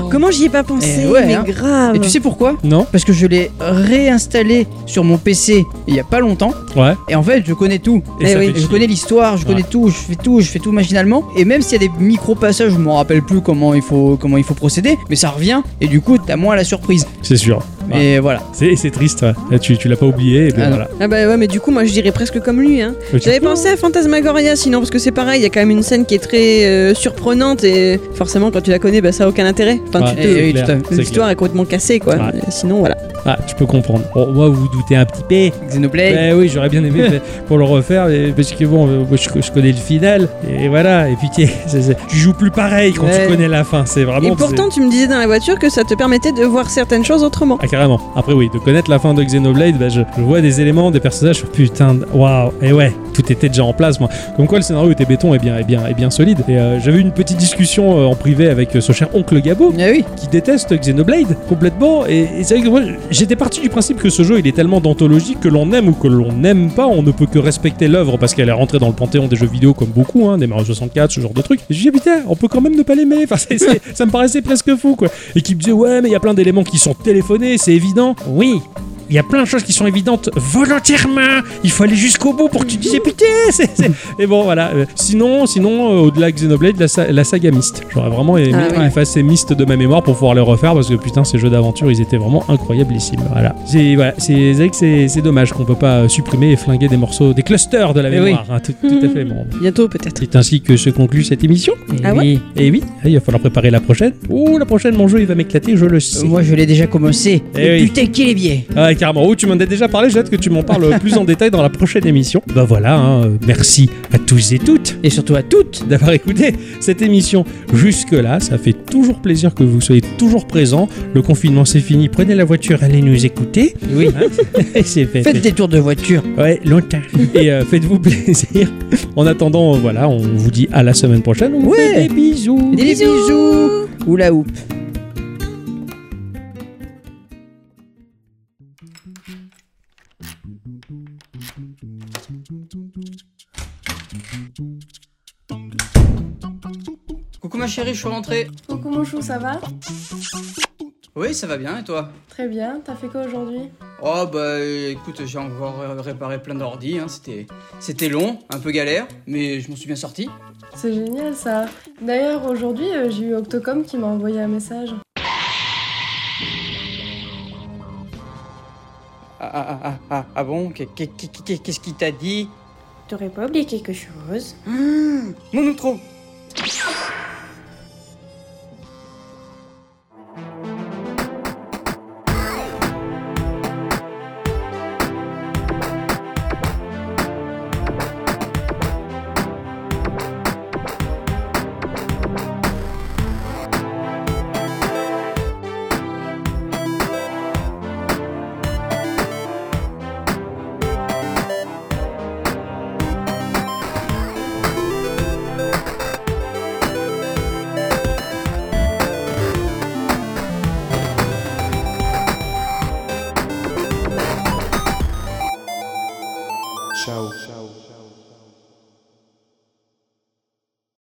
Comment j'y ai pas pensé Eh ouais, Mais hein. grave. Et tu sais pourquoi Non Parce que je l'ai réinstallé sur mon PC il y a pas longtemps. Ouais. Et en fait, je connais tout. Et Eh ça oui, fait je chier. connais l'histoire, je connais tout, je fais tout, je fais tout machinalement. Et même s'il y a des micro-passages, je m'en rappelle plus comment il, faut, comment il faut procéder, mais ça revient. Et du coup, t'as moins la surprise. C'est sûr. Ouais. Et voilà. C'est c'est triste, ouais. Là, tu, tu l'as pas oublié, et puis Ah non. voilà. Ah bah ouais, mais du coup, moi je dirais presque comme lui. Hein. Ok. J'avais pensé à Fantasmagoria sinon, parce que c'est pareil, il y a quand même une scène qui est très euh, surprenante et forcément, quand tu la connais, bah, ça a aucun intérêt. Enfin, Ouais, tu eh te. oui, c'est clair, tout à fait. c'est L'histoire est complètement cassée, quoi. Ouais. Et Sinon, voilà. clair. Ah, je peux comprendre. Bon, moi, vous vous doutez un petit peu. Xenoblade. Ben oui, j'aurais bien aimé mais pour le refaire, mais- parce que bon, euh, moi, je, je connais le final, et voilà, et puis tu c'est- c'est- tu joues plus pareil quand Ouais. tu connais la fin, c'est vraiment... et pourtant, tu me disais dans la voiture que ça te permettait de voir certaines choses autrement. c'est- Ah carrément. Après oui, de connaître la fin de Xenoblade, bah, je, je vois des éléments, des personnages, je fais, putain, waouh, et ouais, tout était déjà en place moi. Comme quoi le scénario était béton et bien, et bien, et bien solide. Et euh, j'avais eu une petite discussion euh, en privé avec euh, ce cher oncle Gabo, Ah oui. qui déteste Xenoblade complètement. Et, et c'est vrai que moi, j'étais parti du principe que ce jeu, il est tellement d'anthologie que l'on aime ou que l'on n'aime pas, on ne peut que respecter l'œuvre parce qu'elle est rentrée dans le panthéon des jeux vidéo comme beaucoup, hein, des Mario 64, ce genre de truc. Et je me Ah, putain, on peut quand même ne pas l'aimer. Enfin, c'est- c'est- ça me paraissait presque fou, quoi. Et qui me disait, ouais, mais il y a plein d'éléments qui sont téléphonés, c'est évident. Oui. Il y a plein de choses qui sont évidentes volontairement. Il faut aller jusqu'au bout pour que tu te dises putain. c'est- c'est- Et bon voilà. Euh, Sinon, sinon euh, au-delà de Xenoblade, la, sa- la saga Myst. J'aurais vraiment aimé Ah oui. effacer Myst de ma mémoire pour pouvoir les refaire parce que putain ces jeux d'aventure ils étaient vraiment incroyablissimes. Voilà. C'est voilà. C'est c'est vrai que c'est c'est dommage qu'on peut pas euh, supprimer et flinguer des morceaux, des clusters de la Eh oui. mémoire. hein. tout, tout à fait. Bon. Bientôt, peut-être. C'est ainsi que se conclut cette émission. Ah ouais Eh Et Oui. oui, il va falloir préparer la prochaine. Oh, la prochaine, mon jeu, il va m'éclater, je le sais. Moi, je l'ai déjà commencé. Eh Et oui. Putain, qu'il est bien. Ah, carrément. Oh, tu m'en as déjà parlé, j'ai hâte que tu m'en parles plus en détail dans la prochaine émission. Bah voilà, hein, euh, merci à tous et toutes Et surtout à toutes. d'avoir écouté cette émission jusque-là. Ça fait toujours plaisir que vous soyez toujours présents. Le confinement, c'est fini. Prenez la voiture, allez nous écouter. Hein Oui. c'est fait. Faites des tours de voiture. Ouais, longtemps. Et euh, faites-vous plaisir. En attendant, euh, voilà, on vous dit à la semaine prochaine. On vous Ouais. fait des bisous. Des bisous. Oula oup. Coucou ma chérie, je suis rentré. Coucou mon chou, ça va Oui, ça va bien et toi Très bien, t'as fait quoi aujourd'hui Oh bah écoute, j'ai encore euh, réparé plein d'ordi, hein. c'était c'était long, un peu galère, mais je m'en suis bien sorti. C'est génial ça D'ailleurs, aujourd'hui, euh, j'ai eu Octocom qui m'a envoyé un message. Ah ah ah ah, ah bon, qu'est- qu'est- qu'est- qu'est- qu'est-ce qu'il t'a dit T'aurais pas oublié quelque chose Non, non trop.